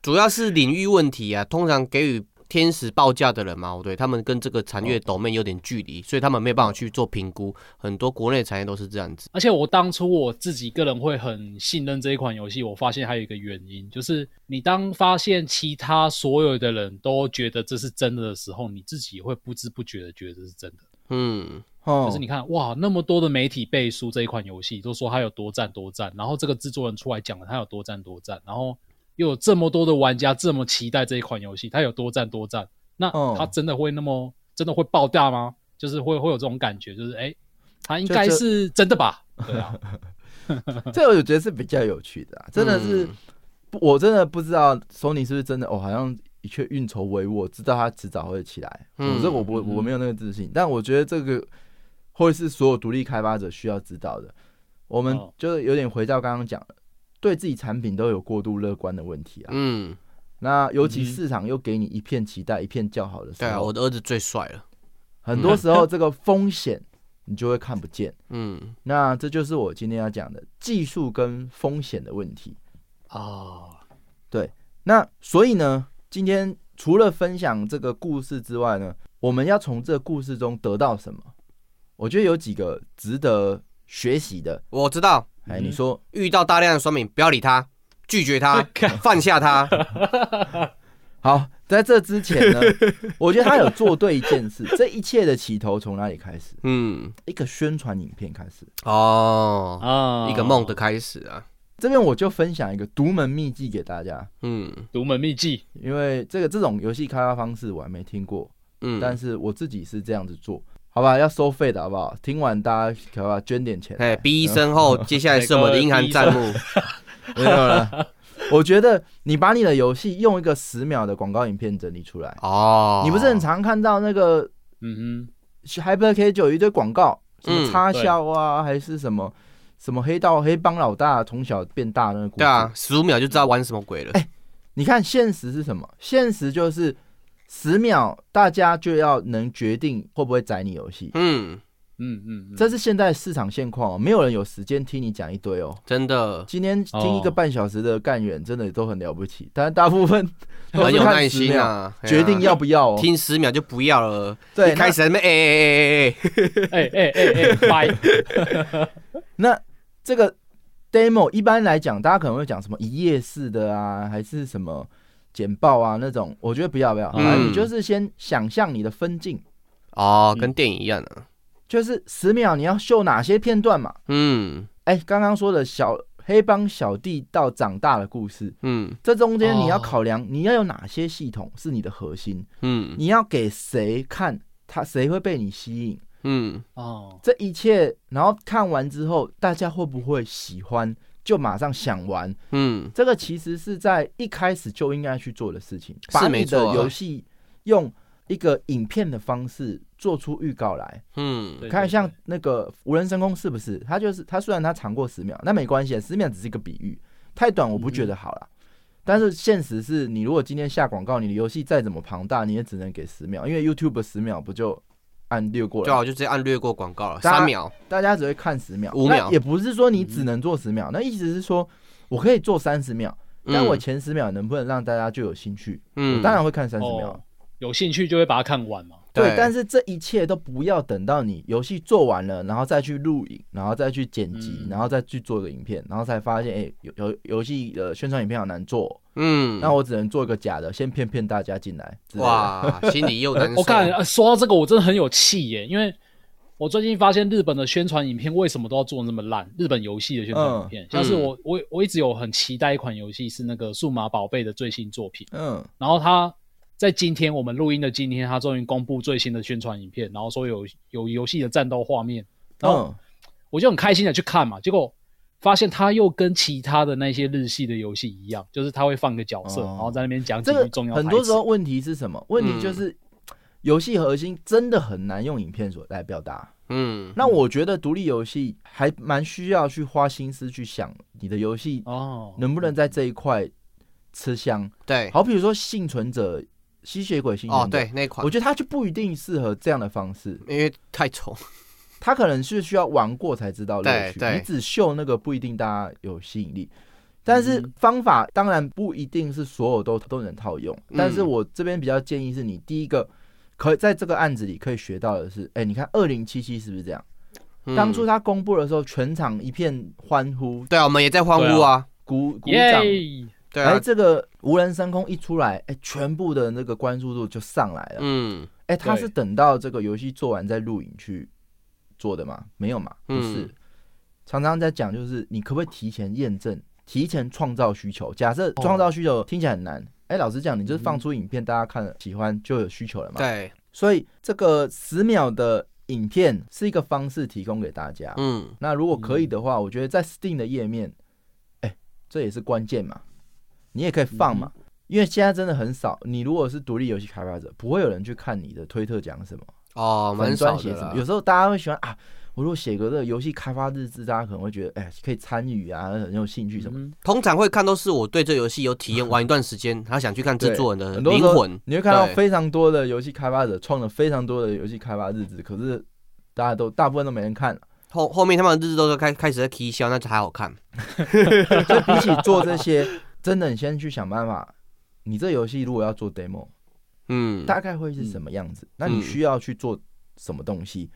Speaker 5: 主要是领域问题啊。通常给予天使报价的人嘛，哦对他们跟这个产
Speaker 4: 哦
Speaker 5: 业斗妹有点距离，所以他们没有办法去做评估。很多国内产业都是这样子。
Speaker 2: 而且我当初我自己个人会很信任这一款游戏，我发现还有一个原因，就是你当发现其他所有的人都觉得这是真的的时候，你自己会不知不觉的觉得这是真的。
Speaker 5: 嗯，
Speaker 4: 哦
Speaker 2: 就是你看，哇，那么多的媒体背书这一款游戏，都说它有多赞多赞，然后这个制作人出来讲了它有多赞多赞，然后又有这么多的玩家这么期待这一款游戏，它有多赞多赞，那
Speaker 4: 哦
Speaker 2: 它真的会那么真的会爆炸吗？就是会会有这种感觉，就是哎，它应
Speaker 4: 就
Speaker 2: 该
Speaker 4: 这
Speaker 2: 是真的吧？对啊，
Speaker 4: 这我觉得是比较有趣的、啊，真的
Speaker 5: 嗯
Speaker 4: 是、不我真的不知道 Sony 是不是真的哦，好像的确运筹帷幄，知道它迟早会起来。
Speaker 5: 嗯
Speaker 4: 嗯，这我不我没有那个自信，但我觉得这个会是所有独立开发者需要知道的。我们
Speaker 2: 哦
Speaker 4: 就是有点回到刚刚讲的，对自己产品都有过度乐观的问题啊。
Speaker 5: 嗯，
Speaker 4: 那尤其
Speaker 2: 嗯哼
Speaker 4: 市场又给你一片期待、一片叫好的时
Speaker 5: 对啊，
Speaker 4: 候，
Speaker 5: 我的儿子最帅了。
Speaker 4: 很多时候这个风险你就会看不见。
Speaker 5: 嗯，
Speaker 4: 那这就是我今天要讲的技术跟风险的问题。
Speaker 5: 哦
Speaker 2: 啊，
Speaker 4: 那所以呢，今天除了分享这个故事之外呢，我们要从这个故事中得到什么？我觉得有几个值得学习的。
Speaker 5: 我知道，
Speaker 4: 哎，
Speaker 2: 嗯
Speaker 4: 你说，
Speaker 5: 遇到大量的酸民，不要理他，拒绝 他，放下他。
Speaker 4: 好，在这之前呢，我觉得他有做对一件事。这一切的起头从哪里开始？
Speaker 5: 嗯，
Speaker 4: 一个宣传影片开始。
Speaker 5: 哦，
Speaker 2: 啊，
Speaker 5: 一个梦的开始啊。
Speaker 4: 这边我就分享一个独门秘技给大家，
Speaker 5: 嗯
Speaker 2: 独门秘技，
Speaker 4: 因为这个这种游戏开发方式我还没听过，
Speaker 5: 嗯，
Speaker 4: 但是我自己是这样子做，好吧？要收费的好不好？听完大家可不可以捐点钱？
Speaker 5: 哎，逼医 生后，接下来是我们的英韩战幕。
Speaker 4: 没有了。我觉得你把你的游戏用一个十秒的广告影片整理出来，
Speaker 5: 哦，
Speaker 4: 你不是很常看到那个
Speaker 2: 嗯
Speaker 4: Hyper K 九一堆广告，什
Speaker 5: 嗯
Speaker 4: 么插销啊，还是什么什么黑道黑帮老大从小变大那个故事？
Speaker 5: 对啊，，十五秒就知道玩什么鬼了。
Speaker 4: 哎你看现实是什么？现实就是十秒，大家就要能决定会不会载你游戏。
Speaker 5: 嗯，
Speaker 2: 哼，嗯嗯，嗯
Speaker 4: 这是现在市场现况、哦，没有人有时间听你讲一堆哦。
Speaker 5: 真的
Speaker 4: 今天听一个
Speaker 2: 哦
Speaker 4: 半小时的干员，真的都很了不起，但大部分都是
Speaker 5: 很有
Speaker 4: 看
Speaker 5: 耐
Speaker 4: 10
Speaker 5: 心
Speaker 4: 秒
Speaker 5: 啊，哎呀
Speaker 4: 决定要不要哦。
Speaker 5: 听十秒就不要了。
Speaker 4: 对，
Speaker 5: 一开始还没哎哎哎哎哎，
Speaker 2: 哎哎哎哎， 拜，
Speaker 4: 那那这个 demo 一般来讲，大家可能会讲什么一页式的啊，还是什么简报啊那种，我觉得不要不要，
Speaker 2: 嗯
Speaker 4: 反正你就是先想象你的分镜，
Speaker 5: 哦，跟电影一样的。
Speaker 4: 就是十秒你要秀哪些片段嘛。
Speaker 5: 嗯
Speaker 4: 哎，刚刚说的小黑帮小弟到长大的故事，
Speaker 5: 嗯
Speaker 4: 这中间你要
Speaker 2: 哦
Speaker 4: 考量你要有哪些系统是你的核心，
Speaker 5: 嗯
Speaker 4: 你要给谁看，他谁会被你吸引。
Speaker 5: 嗯，
Speaker 2: 哦，
Speaker 4: 这一切，然后看完之后，大家会不会喜欢，就马上想玩？
Speaker 5: 嗯
Speaker 4: 这个其实是在一开始就应该去做的事情，
Speaker 5: 是
Speaker 4: 把
Speaker 5: 没
Speaker 4: 你的
Speaker 5: 错啊
Speaker 4: 游戏用一个影片的方式做出预告来。
Speaker 5: 嗯
Speaker 2: 对
Speaker 4: 看
Speaker 2: 对
Speaker 4: 像
Speaker 2: 对
Speaker 4: 那个无人深空是不是？它就是它虽然它长过十秒，那没关系，十秒只是一个比喻，太短我不觉得好
Speaker 5: 嗯
Speaker 4: 了。但是现实是你如果今天下广告，你的游戏再怎么庞大，你也只能给十秒，因为 YouTube 十秒不就按略过
Speaker 5: 最
Speaker 4: 了，
Speaker 5: 啊好就直接按略过广告了，
Speaker 4: 大家
Speaker 5: 三秒。
Speaker 4: 大家只会看十秒，
Speaker 5: 5秒
Speaker 4: 那也不是说你只能做十秒，那意思是说我可以做三十秒，但我前十秒能不能让大家就有兴趣？
Speaker 5: 嗯
Speaker 4: 我当然会看三十秒。
Speaker 2: 哦，有兴趣就会把它看完嘛，
Speaker 4: 对，但
Speaker 5: 是
Speaker 4: 是这一切都不要等到你游戏做完了，然后再去录影，然后再去剪辑，
Speaker 2: 嗯
Speaker 4: 然后再去做个影片，然后才发现，哎、游游游戏的宣传影片好难做哦，
Speaker 5: 嗯
Speaker 4: 那我只能做一个假的，先骗骗大家进来。哇，
Speaker 5: 哇，心里又难受。
Speaker 2: 我看、呃说到这个，我真的很有气耶，因为我最近发现日本的宣传影片为什么都要做那么烂？日本游戏的宣传影片，
Speaker 4: 嗯
Speaker 2: 像是我我我一直有很期待一款游戏是那个《数码宝贝》的最新作品，
Speaker 4: 嗯，
Speaker 2: 然后它在今天我们录音的今天，它终于公布最新的宣传影片，然后说有有游戏的战斗画面，然后
Speaker 4: 嗯，
Speaker 2: 我就很开心的去看嘛，结果。发现它又跟其他的那些日系的游戏一样，就是它会放个角色，
Speaker 4: 哦
Speaker 2: 然后在那边讲几
Speaker 4: 这
Speaker 2: 句重
Speaker 4: 个
Speaker 2: 要
Speaker 4: 很
Speaker 2: 台
Speaker 4: 多
Speaker 2: 词
Speaker 4: 时候问题是什么？问题就是游戏核心真的很难用影片所来表啊达。
Speaker 5: 嗯
Speaker 4: 那我觉得独立游戏还蛮需要去花心思去想你的游戏
Speaker 2: 哦，
Speaker 4: 能不能在这一块吃香。
Speaker 5: 嗯对
Speaker 4: 好，比如说幸存者、吸血鬼幸存者，
Speaker 5: 哦对那一款
Speaker 4: 我，觉得它就不一定适合这样的方式，
Speaker 5: 因为太丑。
Speaker 4: 它可能是需要玩过才知道乐趣。
Speaker 5: 对对
Speaker 4: 你只秀那个不一定大家有吸引力，但是
Speaker 2: 嗯
Speaker 4: 方法当然不一定是所有都都能套用。
Speaker 5: 嗯
Speaker 4: 但是我这边比较建议是你第一个。可以在这个案子里可以学到的是，哎、你看二零七七是不是这样？
Speaker 5: 嗯
Speaker 4: 当初他公布的时候，全场一片欢呼、
Speaker 5: 对啊，我们也在欢呼啊。
Speaker 4: 鼓鼓
Speaker 2: 耶
Speaker 4: 掌，
Speaker 5: 对
Speaker 4: 哎、
Speaker 5: 啊，
Speaker 4: 这个无人升空一出来，哎、全部的那个关注度就上来了。
Speaker 5: 嗯
Speaker 4: 哎、他
Speaker 2: 对
Speaker 4: 是等到这个游戏做完再录影去做的吗？没有嘛，不
Speaker 5: 嗯
Speaker 4: 是。常常在讲，就是你可不可以提前验证、提前创造需求？假设
Speaker 5: 哦
Speaker 4: 创造需求听起来很难，哎、老实讲，你
Speaker 5: 嗯
Speaker 4: 就是放出影片，大家看了喜欢就有需求了嘛。。
Speaker 5: 对，
Speaker 4: 所以这个十秒的影片是一个方式提供给大家。
Speaker 5: 嗯，
Speaker 4: 那如果可以的话，我觉得在 Steam 的页面，哎、这也是关键嘛，你也可以放嘛，
Speaker 5: 嗯
Speaker 4: 因为现在真的很少。你如果是独立游戏开发者，不会有人去看你的推特讲什么，
Speaker 5: 哦，蛮
Speaker 4: 专
Speaker 5: 少
Speaker 4: 写
Speaker 5: 的
Speaker 4: 什
Speaker 5: 啦
Speaker 4: 么。有。时候大家会喜欢啊，我如果写个这个游戏开发日志，大家可能会觉得，哎、可以参与啊，很有兴趣什么。
Speaker 2: 嗯
Speaker 5: 通常会看都是我对这游戏有体验，玩一段时间，他想去看制作人的
Speaker 4: 很多
Speaker 5: 嗯灵
Speaker 4: 时候
Speaker 5: 魂。
Speaker 4: 你会看到
Speaker 5: 对
Speaker 4: 非常多的游戏开发者创了非常多的游戏开发日志，可是大家都大部分都没人 看。
Speaker 5: 后后面他们的日子都是开开始在 K 笑，那才好看。
Speaker 4: 所以比起做这些，真的你先去想办法，你这游戏如果要做 demo，
Speaker 5: 嗯，
Speaker 4: 大概会是什么样子？
Speaker 2: 嗯
Speaker 4: 那你需要去做什么东西？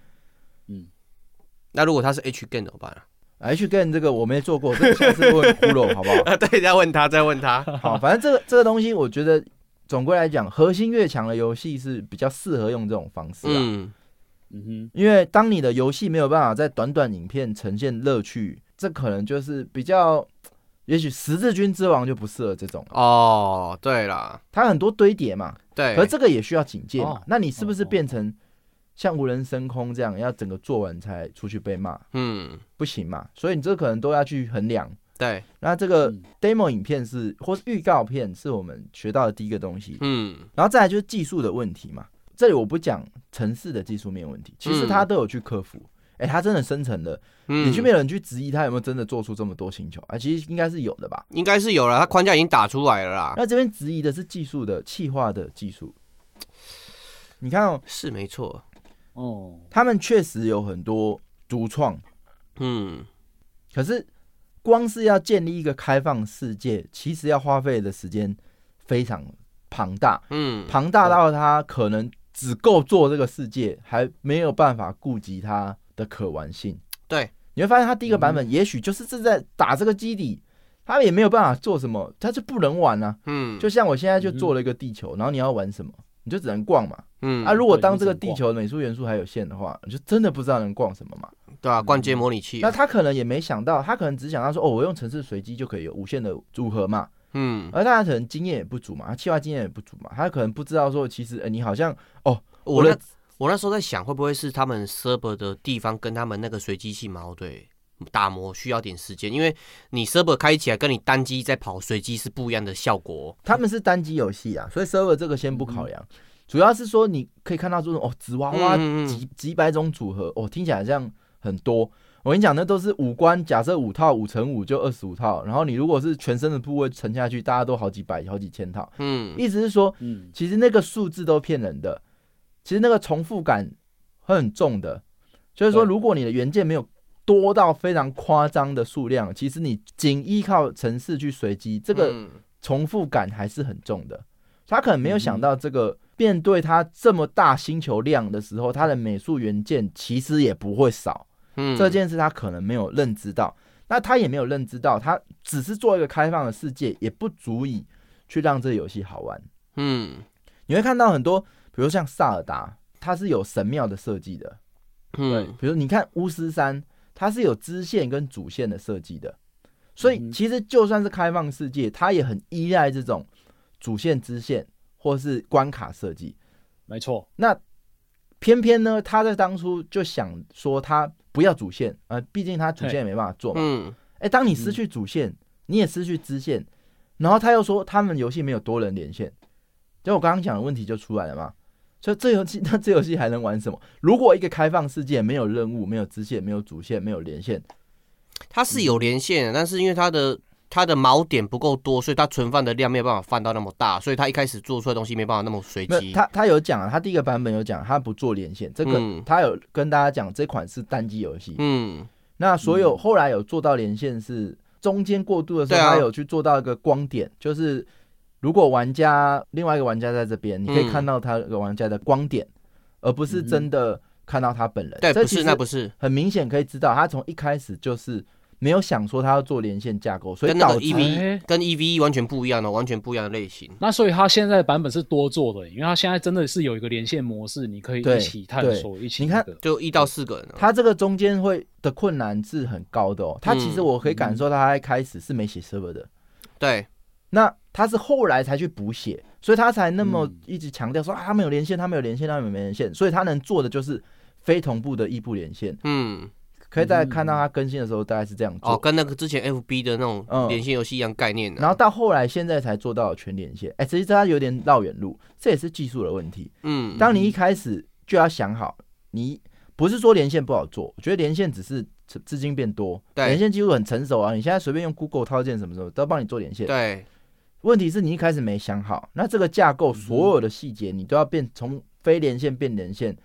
Speaker 5: 那如果他是 H game 怎么办啊？
Speaker 4: H 哎跟这个我没做过，这个下次问骷 髅好不好？
Speaker 5: 啊，对，再问他，再问他。
Speaker 4: 好，反正这个这个东西，我觉得总归来讲，核心越强的游戏是比较适合用这种方式啊。
Speaker 5: 嗯，
Speaker 2: 嗯哼，
Speaker 4: 因为当你的游戏没有办法在短短影片呈现乐趣，这可能就是比较，也许《十字军之王》就不适合这种，啊
Speaker 5: 哦，对啦，
Speaker 4: 它很多堆叠嘛，
Speaker 5: 对
Speaker 4: 可，是这个也需要警戒嘛。
Speaker 2: 哎哦
Speaker 4: 那你是不是
Speaker 2: 哦哦
Speaker 4: 变成像无人升空这样，要整个做完才出去被骂？
Speaker 5: 嗯，
Speaker 4: 不行嘛，所以你这可能都要去衡量。
Speaker 5: 对，
Speaker 4: 那这个
Speaker 2: 嗯
Speaker 4: demo 影片是或是预告片是我们学到的第一个东西，
Speaker 5: 嗯，
Speaker 4: 然后再来就是技术的问题嘛。这里我不讲城市的技术面问题，其实
Speaker 5: 嗯
Speaker 4: 它都有去克服。哎、它真的生成了，
Speaker 5: 嗯，
Speaker 4: 你去没有人去质疑它有没有真的做出这么多星球啊？其实应该是有的吧。
Speaker 5: 应该是有了，他框架已经打出来了啦。
Speaker 4: 那这边质疑的是技术的气化的技术。你看哦，
Speaker 5: 是没错，
Speaker 2: 哦，
Speaker 4: 他们确实有很多独创，
Speaker 5: 嗯，
Speaker 4: 可是光是要建立一个开放世界，其实要花费的时间非常庞大，
Speaker 5: 嗯，
Speaker 4: 庞大到它可能只够做这个世界，还没有办法顾及它的可玩性。
Speaker 5: 对，嗯
Speaker 4: 你会发现它第一个版本也许就是正在打这个基底，它也没有办法做什么，它就不能玩啊。
Speaker 5: 嗯，
Speaker 4: 就像我现在就做了一个地球，然后你要玩什么，你就只能逛嘛。
Speaker 5: 嗯
Speaker 4: 啊，如果
Speaker 2: 对
Speaker 4: 当
Speaker 2: 你只
Speaker 4: 这个
Speaker 2: 能
Speaker 4: 地
Speaker 2: 逛
Speaker 4: 球美术元素还有限的话，你就真的不知道能逛什么嘛。
Speaker 5: 对啊，逛街模拟器
Speaker 4: 那，他可能也没想到，他可能只想到说，哦，我用城市随机就可以有无限的组合嘛。
Speaker 5: 嗯，
Speaker 4: 而他可能经验也不足嘛，他计划经验也不足嘛，他可能不知道说，其实、呃、你好像
Speaker 5: 我
Speaker 4: 我
Speaker 5: 那
Speaker 4: 的
Speaker 5: 我那时候在想，会不会是他们 server 的地方跟他们那个随机性矛对打磨需要点时间，因为你 server 开起来跟你单机在跑随机是不一样的效果。哦
Speaker 4: 他们是单机游戏啊，所以 server 这个先不考量，主要是说你可以看到这种哦，紫娃娃
Speaker 5: 嗯嗯嗯嗯
Speaker 4: 几几百种组合，哦，听起来像很多。我跟你讲，那都是五官，假设五套五乘五就二十五套，然后你如果是全身的部位乘下去，大家都好几百、好几千套。
Speaker 5: 嗯，
Speaker 4: 意思是说，
Speaker 2: 嗯，
Speaker 4: 其实那个数字都骗人的，其实那个重复感会很重的。就是说，
Speaker 2: 对
Speaker 4: 如果你的元件没有多到非常夸张的数量，其实你仅依靠程式去随机，这个
Speaker 5: 嗯
Speaker 4: 重复感还是很重的。他可能没有想到，这个面对他这么大星球量的时候，他的美术元件其实也不会少。
Speaker 5: 嗯
Speaker 4: 这件事他可能没有认知到，那他也没有认知到，他只是做一个开放的世界，也不足以去让这个游戏好玩。
Speaker 5: 嗯
Speaker 4: 你会看到很多，比如像萨尔达，它是有神庙的设计的。
Speaker 5: 嗯
Speaker 4: 比如你看巫师三，它是有支线跟主线的设计的。所以
Speaker 2: 嗯
Speaker 4: 其实就算是开放世界，它也很依赖这种主线、支线或是关卡设计。
Speaker 2: 没错，
Speaker 4: 那偏偏呢，他在当初就想说他不要主线，呃，毕竟他主线也没办法做嘛。
Speaker 5: 嗯
Speaker 4: 哎、当你失去主线，你也失去支线，然后他又说他们游戏没有多人连线，就我刚刚讲的问题就出来了嘛。所以这游戏，那 这游戏还能玩什么？如果一个开放世界没有任务、没有支线、没有主线、没有连线，
Speaker 5: 它是有连线的，但是因为它的它的锚点不够多，所以它存放的量没有办法放到那么大，所以它一开始做出来的东西没办法那么随
Speaker 4: 没有
Speaker 5: 机。
Speaker 4: 他他有讲啊，他第一个版本有讲他不做连线，这个、
Speaker 5: 嗯
Speaker 4: 他有跟大家讲这款是单机游戏。
Speaker 5: 嗯，
Speaker 4: 那所有后来有做到连线是中间过渡的时候，
Speaker 5: 对啊
Speaker 4: 他有去做到一个光点，就是如果玩家另外一个玩家在这
Speaker 5: 嗯
Speaker 4: 边，你可以看到他个玩家的光点，而不是真的看到他本人。
Speaker 5: 对，
Speaker 4: 这
Speaker 5: 不
Speaker 4: 其
Speaker 5: 是，
Speaker 4: 实
Speaker 5: 那不是
Speaker 4: 很明显可以知道，他从一开始就是没有想说他要做连线架构，所以
Speaker 5: 跟那
Speaker 4: 导
Speaker 5: 个
Speaker 4: 致
Speaker 5: E
Speaker 2: 为
Speaker 5: V 跟 E V 完全不一样的，完全不一样的类型。
Speaker 2: 那所以它现在的版本是多做的，因为它现在真的是有一个连线模式，你可以
Speaker 4: 对
Speaker 2: 一起探索，一起
Speaker 4: 你看
Speaker 2: 那个
Speaker 5: 就一到四个人、啊，
Speaker 4: 他这个中间会的困难是很高的哦。他其实
Speaker 5: 嗯
Speaker 4: 我可以感受到他一开始是没写 server 的，
Speaker 5: 对，
Speaker 4: 那他是后来才去补写，所以他才那么
Speaker 2: 嗯
Speaker 4: 一直强调说、啊，他们有连线，他们有连线，他们有没连线，所以他能做的就是非同步的异步连线，
Speaker 5: 嗯，
Speaker 4: 可以在看到它更新的时候大概是这样做。
Speaker 5: 哦，跟那个之前 FB 的那种
Speaker 4: 嗯
Speaker 5: 连线游戏一样概念呢、啊
Speaker 4: 然后到后来，现在才做到全连线。哎、其实它有点绕远路，这也是技术的问题。
Speaker 5: 嗯，
Speaker 4: 当你一开始就要想好，你不是说连线不好做，我觉得连线只是资资金变多，
Speaker 5: 对
Speaker 4: 连线技术很成熟啊，你现在随便用 Google 套件什么什么都帮你做连线。
Speaker 5: 对，
Speaker 4: 问题是你一开始没想好，那这个架构所有的细节你都要变从非连线变连线，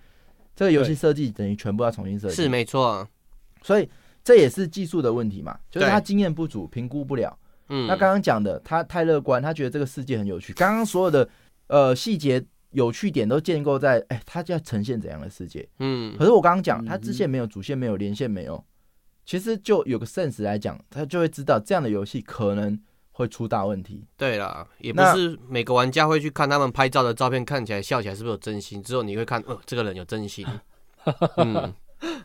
Speaker 4: 这个游戏
Speaker 2: 对
Speaker 4: 设计等于全部要重新设计。
Speaker 5: 是没错啊。
Speaker 4: 所以这也是技术的问题嘛，就是
Speaker 5: 对
Speaker 4: 他经验不足，评估不了。
Speaker 5: 嗯，
Speaker 4: 那刚刚讲的，他太乐观，他觉得这个世界很有趣。刚刚所有的呃细节有趣点都建构在，哎、他就要呈现怎样的世界？
Speaker 5: 嗯
Speaker 4: 可是我刚刚讲，
Speaker 2: 嗯
Speaker 4: 他支线没有，主线没有，连线没有，其实就有个 sense 来讲，他就会知道这样的游戏可能会出大问题。
Speaker 5: 对啦，也不
Speaker 4: 那
Speaker 5: 是每个玩家会去看他们拍照的照片，看起来笑起来是不是有真心，只有你会看，呃，这个人有 真心。嗯，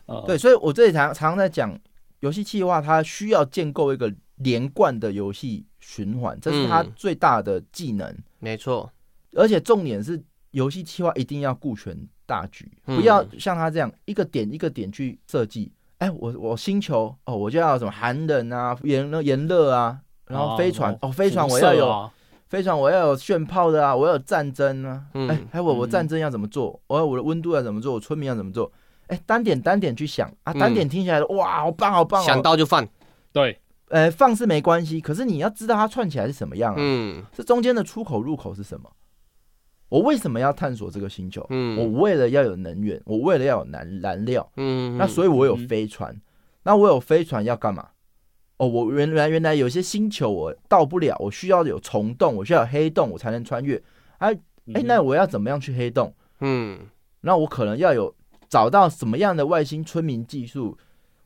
Speaker 2: 呃
Speaker 4: 对，所以我这里常常在讲，游戏企划它需要建构一个连贯的游戏循环，这是它
Speaker 5: 嗯
Speaker 4: 最大的技能。
Speaker 5: 没错，
Speaker 4: 而且重点是，游戏企划一定要顾全大局，
Speaker 5: 嗯
Speaker 4: 不要像他这样一个点一个点去设计。哎，我我星球哦，我就要有什么寒冷啊、炎热炎热啊，然后
Speaker 2: 啊
Speaker 4: 飞船
Speaker 2: 什
Speaker 4: 哦，飞船我
Speaker 2: 辐
Speaker 4: 要
Speaker 2: 射
Speaker 4: 有
Speaker 2: 啊
Speaker 4: 飞船，我要有炫炮的啊，我要有战争啊。
Speaker 5: 嗯
Speaker 4: 哎，还有我我
Speaker 2: 嗯
Speaker 4: 战争要怎么做？我我的温度要怎么做？我村民要怎么做？哎，单点单点去想啊，
Speaker 5: 嗯
Speaker 4: 单点听起来哇，好棒好棒哦！
Speaker 5: 想到就犯。
Speaker 2: 对，
Speaker 4: 呃放是没关系，可是你要知道它串起来是什么样啊。
Speaker 5: 嗯
Speaker 4: 这中间的出口入口是什么？我为什么要探索这个星球？
Speaker 5: 嗯，
Speaker 4: 我为了要有能源，我为了要有燃燃料，
Speaker 5: 嗯，
Speaker 4: 那所
Speaker 5: 以
Speaker 4: 以我有
Speaker 2: 嗯
Speaker 4: 飞船，那我有飞船要干嘛？哦，我原来原来有些星球我到不了，我需要有虫洞，我需要有黑洞，我才能穿越。哎、那我要怎么样去黑洞？
Speaker 5: 嗯
Speaker 4: 那我可能要有找到什么样的外星村民技术，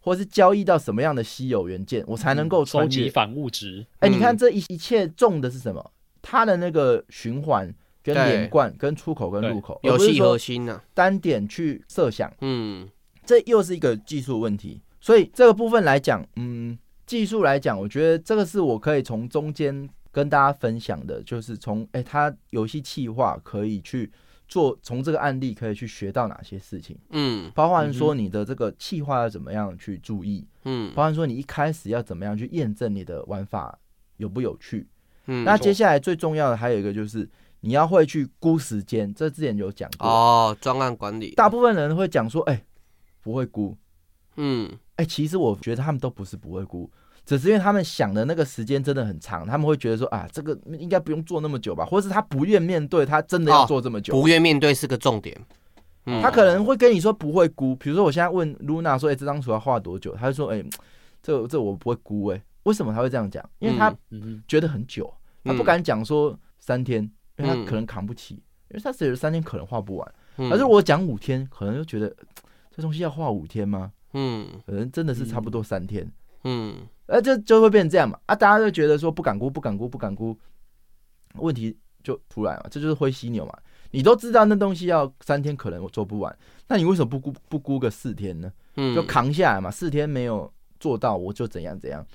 Speaker 4: 或是交易到什么样的稀有元件，我才能够
Speaker 2: 收
Speaker 4: 穿
Speaker 2: 集
Speaker 4: 越。
Speaker 2: 嗯反物质，
Speaker 4: 哎、
Speaker 5: 嗯
Speaker 4: 你看这一一切重的是什么？它的那个循环跟
Speaker 5: 对
Speaker 4: 连贯、跟出口、跟入口，而
Speaker 5: 游
Speaker 4: 不是
Speaker 5: 戏核
Speaker 4: 说
Speaker 5: 心呢，
Speaker 4: 单点去设想，
Speaker 5: 嗯
Speaker 4: 这又是一个技术问题。所以这个部分来讲，嗯，技术来讲，我觉得这个是我可以从中间跟大家分享的，就是从哎、它游戏企划可以去做，从这个案例可以去学到哪些事情，
Speaker 5: 嗯
Speaker 4: 包含说你的这个企划要怎么样去注意，
Speaker 5: 嗯
Speaker 4: 包含说你一开始要怎么样去验证你的玩法有不有趣。
Speaker 5: 嗯，
Speaker 4: 那接下来最重要的还有一个就是你要会去估时间，这之前有讲过。
Speaker 5: 哦，专案管理，
Speaker 4: 大部分人会讲说，哎、不会估。
Speaker 5: 嗯
Speaker 4: 哎、其实我觉得他们都不是不会估，只是因为他们想的那个时间真的很长，他们会觉得说啊，这个应该不用做那么久吧，或者是他不愿面对他真的要
Speaker 5: 哦
Speaker 4: 做这么久。
Speaker 5: 不愿面对是个重点。嗯
Speaker 4: 他可能会跟你说不会估，比如说我现在问露娜说，哎、这张图要画多久？他就说，哎、这这我不会估、哎，为什么他会这样讲？因为他
Speaker 5: 嗯
Speaker 2: 嗯哼，
Speaker 4: 觉得很久，他不
Speaker 5: 嗯
Speaker 4: 敢讲说三天，因为
Speaker 5: 嗯
Speaker 4: 他可能扛不起，因为他只有三天可能画不完。
Speaker 5: 嗯
Speaker 4: 而是我讲五天，可能就觉得嘖这东西要画五天吗？
Speaker 5: 嗯
Speaker 4: 可能真的是差不多三天，
Speaker 5: 嗯
Speaker 4: 那、呃就就会变成这样嘛。啊，大家就觉得说不敢估，不敢估，不敢估，问题就出来嘛，这就是灰犀牛嘛。你都知道那东西要三天可能我做不完，那你为什么不估不估个四天呢？
Speaker 5: 嗯，
Speaker 4: 就扛下来嘛，四天没有做到，我就怎样怎样，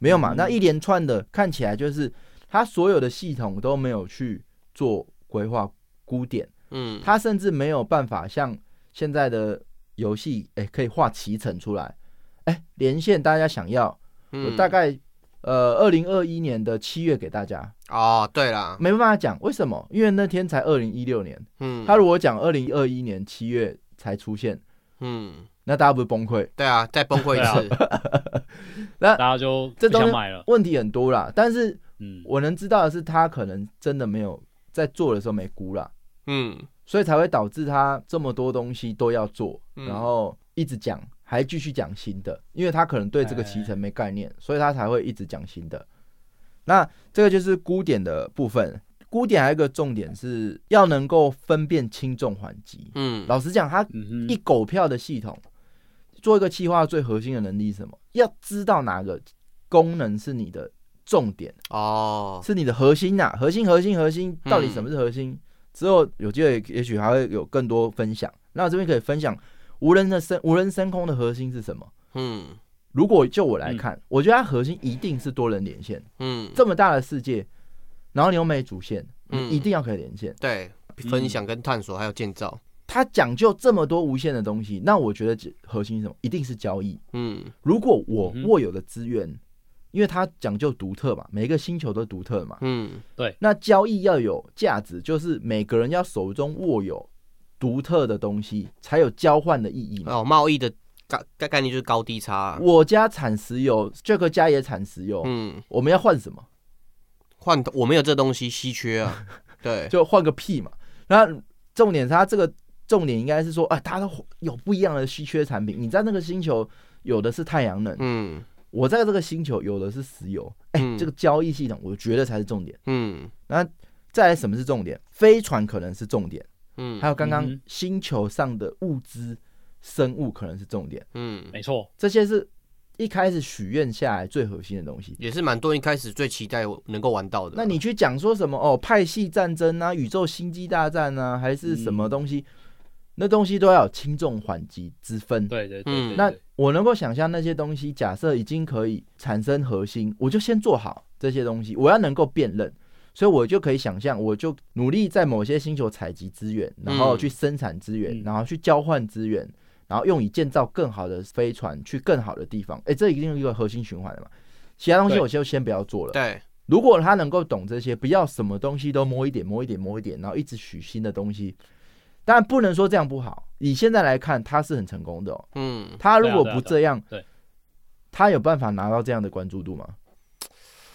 Speaker 4: 没有嘛。
Speaker 5: 嗯
Speaker 4: 那一连串的看起来就是他所有的系统都没有去做规划估点，
Speaker 5: 嗯
Speaker 4: 他甚至没有办法像现在的游戏，哎、可以画骑乘出来，哎、连线大家想要，我
Speaker 5: 嗯
Speaker 4: 大概呃二零二一年的七月给大家，
Speaker 5: 哦，对啦，
Speaker 4: 没办法讲为什么，因为那天才二零一六年，
Speaker 5: 嗯，
Speaker 4: 他如果讲二零二一年七月才出现，
Speaker 5: 嗯，
Speaker 4: 那大家不是崩溃？
Speaker 5: 对啊，再崩溃一次，
Speaker 4: 那
Speaker 2: 大家就
Speaker 4: 这
Speaker 2: 不
Speaker 4: 东西
Speaker 2: 想买了，
Speaker 4: 问题很多啦，但是
Speaker 2: 嗯，
Speaker 4: 我能知道的是，他可能真的没有在做的时候没估啦，
Speaker 5: 嗯
Speaker 4: 所以才会导致他这么多东西都要做，
Speaker 5: 嗯
Speaker 4: 然后一直讲，还继续讲新的，因为他可能对这个骑乘没概念，所以他才会一直讲新的。那这个就是估点的部分，估点还有一个重点是要能够分辨轻重缓急。
Speaker 5: 嗯，
Speaker 4: 老实讲，他
Speaker 2: 嗯
Speaker 4: 一
Speaker 2: 哼，
Speaker 4: 狗票的系统，做一个企划最核心的能力是什么？要知道哪个功能是你的重点。
Speaker 5: 哦，
Speaker 4: 是你的核心呐、核心核心核心，
Speaker 5: 嗯
Speaker 4: 到底什么是核心？之后有机会也许还会有更多分享。那我这边可以分享无人的深无人深空的核心是什么？
Speaker 5: 嗯
Speaker 4: 如果就我来看，我觉得它核心一定是多人连线，
Speaker 5: 嗯，
Speaker 4: 这么大的世界，然后你又没主线，
Speaker 5: 嗯
Speaker 4: 你一定要可以连线。
Speaker 5: 对分享跟探索还有建造，
Speaker 4: 它讲究这么多无限的东西，那我觉得核心是什么？一定是交易。
Speaker 5: 嗯
Speaker 4: 如果我
Speaker 2: 嗯哼
Speaker 4: 握有的资源，因为它讲究独特嘛，每个星球都独特嘛，
Speaker 5: 嗯
Speaker 4: 那交易要有价值，就是每个人要手中握有独特的东西，才有交换的意义嘛。
Speaker 5: 哦，贸易的概概概念就是高低差啊、
Speaker 4: 我家产石油，Jack 家也产石油，
Speaker 5: 嗯，
Speaker 4: 我们要换什么？
Speaker 5: 换我没有这东西稀缺 啊，对，
Speaker 4: 就换个屁嘛。然后重点是它这个重点应该是说，啊，它都有不一样的稀缺产品。你在那个星球有的是太阳能，
Speaker 5: 嗯
Speaker 4: 我在这个星球有的是石油。哎、
Speaker 5: 嗯
Speaker 4: 这个交易系统，我觉得才是重点。
Speaker 5: 嗯
Speaker 4: 再来，什么是重点？飞船可能是重点，
Speaker 5: 嗯，
Speaker 4: 还有刚刚
Speaker 2: 嗯哼
Speaker 4: 星球上的物资、生物可能是重点。
Speaker 5: 嗯
Speaker 2: 没错，
Speaker 4: 这些是一开始许愿下来最核心的东西。
Speaker 5: 也是蛮多人一开始最期待我能够玩到的。
Speaker 4: 那你去讲说什么哦，派系战争啊，宇宙星际大战啊，还是什么东西？那东西都要有轻重缓急之分。
Speaker 2: 对对对
Speaker 5: 嗯
Speaker 2: 对
Speaker 4: 那
Speaker 2: 对
Speaker 4: 我能够想象那些东西，假设已经可以产生核心，我就先做好这些东西，我要能够辨认，所以我就可以想象，我就努力在某些星球采集资源，然后去生产资源，
Speaker 2: 嗯
Speaker 4: 然后去交换资源，然后用以建造更好的飞船去更好的地方。哎，这一定是一个核心循环了嘛？其他东西
Speaker 2: 对
Speaker 4: 我就先不要做了。
Speaker 5: 对，
Speaker 4: 如果他能够懂这些，不要什么东西都摸一点、摸一点、摸一点，然后一直许新的东西。当然不能说这样不好，以现在来看，他是很成功的、哦。
Speaker 5: 嗯，
Speaker 4: 他如
Speaker 2: 对啊
Speaker 4: 果
Speaker 2: 对啊
Speaker 4: 不
Speaker 2: 对啊
Speaker 4: 这样，
Speaker 2: 对
Speaker 4: 他有办法拿到这样的关注度吗？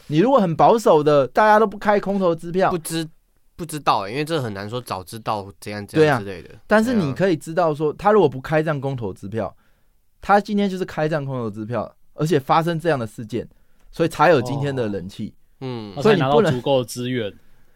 Speaker 4: 你如果很保守的，大家都不开空头支票
Speaker 5: 不，知不知道、欸，因为这很难说早知道怎样怎
Speaker 4: 对啊
Speaker 5: 样之类的。
Speaker 4: 但是
Speaker 5: 对啊
Speaker 4: 你可以知道说，他如果不开这样空头支票，他今天就是开这样空头支票，而且发生这样的事件，所以才有今天的
Speaker 2: 哦
Speaker 4: 人气。
Speaker 5: 嗯
Speaker 2: 他
Speaker 4: 所以
Speaker 2: 才
Speaker 4: 你
Speaker 2: 拿到
Speaker 4: 不能
Speaker 2: 足够的资源，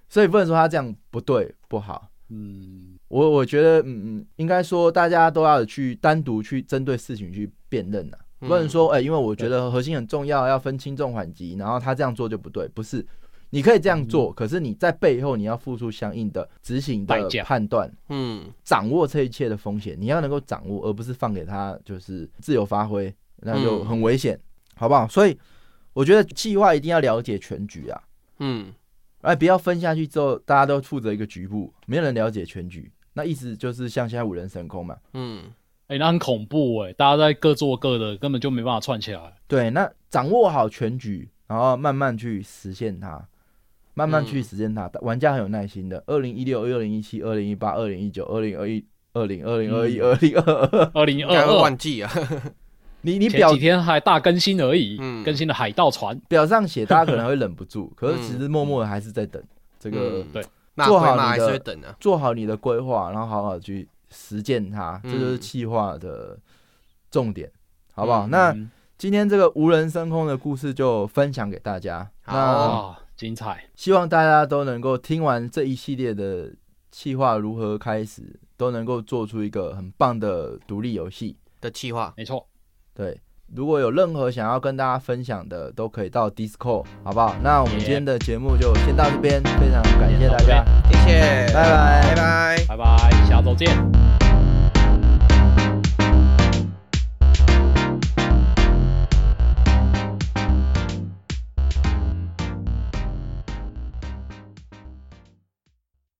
Speaker 4: 所以不能说他这样不对不好。
Speaker 2: 嗯，
Speaker 4: 我我觉得，嗯嗯，应该说大家都要去单独去针对事情去辨认呐、
Speaker 5: 嗯
Speaker 4: 不能说，哎、因为我觉得核心很重要，要分轻重缓急，然后他这样做就不对，不是。你可以这样做，可是你在背后你要付出相应的执行
Speaker 2: 代
Speaker 4: 的
Speaker 2: 价
Speaker 4: 判断，
Speaker 5: 嗯
Speaker 4: 掌握这一切的风险，你要能够掌握，而不是放给他就是自由发挥，那就
Speaker 5: 嗯
Speaker 4: 很危险，好不好？所以我觉得计划一定要了解全局啊，
Speaker 5: 嗯
Speaker 4: 哎，不要分下去之后，大家都负责一个局部，没有人了解全局，那意思就是像现在五人神空嘛。
Speaker 5: 嗯
Speaker 2: 哎、那很恐怖哎、大家在各做各的，根本就没办法串起来。
Speaker 4: 对，那掌握好全局，然后慢慢去实现它，慢慢去
Speaker 5: 嗯
Speaker 4: 实现它。玩家很有耐心的，二零一六、二零一七、二零一八、二零一九、二零二一、二零二零二
Speaker 5: 嗯
Speaker 4: 一、二零二二，
Speaker 2: 二零
Speaker 5: 应
Speaker 2: 二
Speaker 5: 该会
Speaker 2: 二
Speaker 5: 忘记啊。
Speaker 4: 你你
Speaker 2: 前
Speaker 4: 表
Speaker 2: 几天还大更新而已，
Speaker 5: 嗯
Speaker 2: 更新了海盗船，
Speaker 4: 表上写，大家可能会忍不住，可是其实默默的还是在等这个。
Speaker 5: 嗯
Speaker 2: 对，
Speaker 5: 骂
Speaker 4: 做
Speaker 5: 归
Speaker 4: 好
Speaker 5: 骂
Speaker 4: 你
Speaker 5: 还
Speaker 4: 的
Speaker 5: 是会等啊。
Speaker 4: 做好你的规划，然后好好去实践它，这就是
Speaker 5: 嗯
Speaker 4: 企划的重点，好不好？
Speaker 5: 嗯
Speaker 4: 那
Speaker 2: 嗯
Speaker 4: 今天这个无人升空的故事就分享给大家。
Speaker 5: 好
Speaker 4: 那
Speaker 2: 啊，精彩，
Speaker 4: 希望大家都能够听完这一系列的企划如何开始，都能够做出一个很棒的独立游戏。
Speaker 5: 的计划，
Speaker 2: 没错，
Speaker 4: 对，如果有任何想要跟大家分享的，都可以到 Discord，好不好？那我们今天的节目就先到这边，非常感谢大家，
Speaker 5: 谢谢，
Speaker 4: 拜拜
Speaker 5: 拜拜。
Speaker 2: 拜拜，下周见。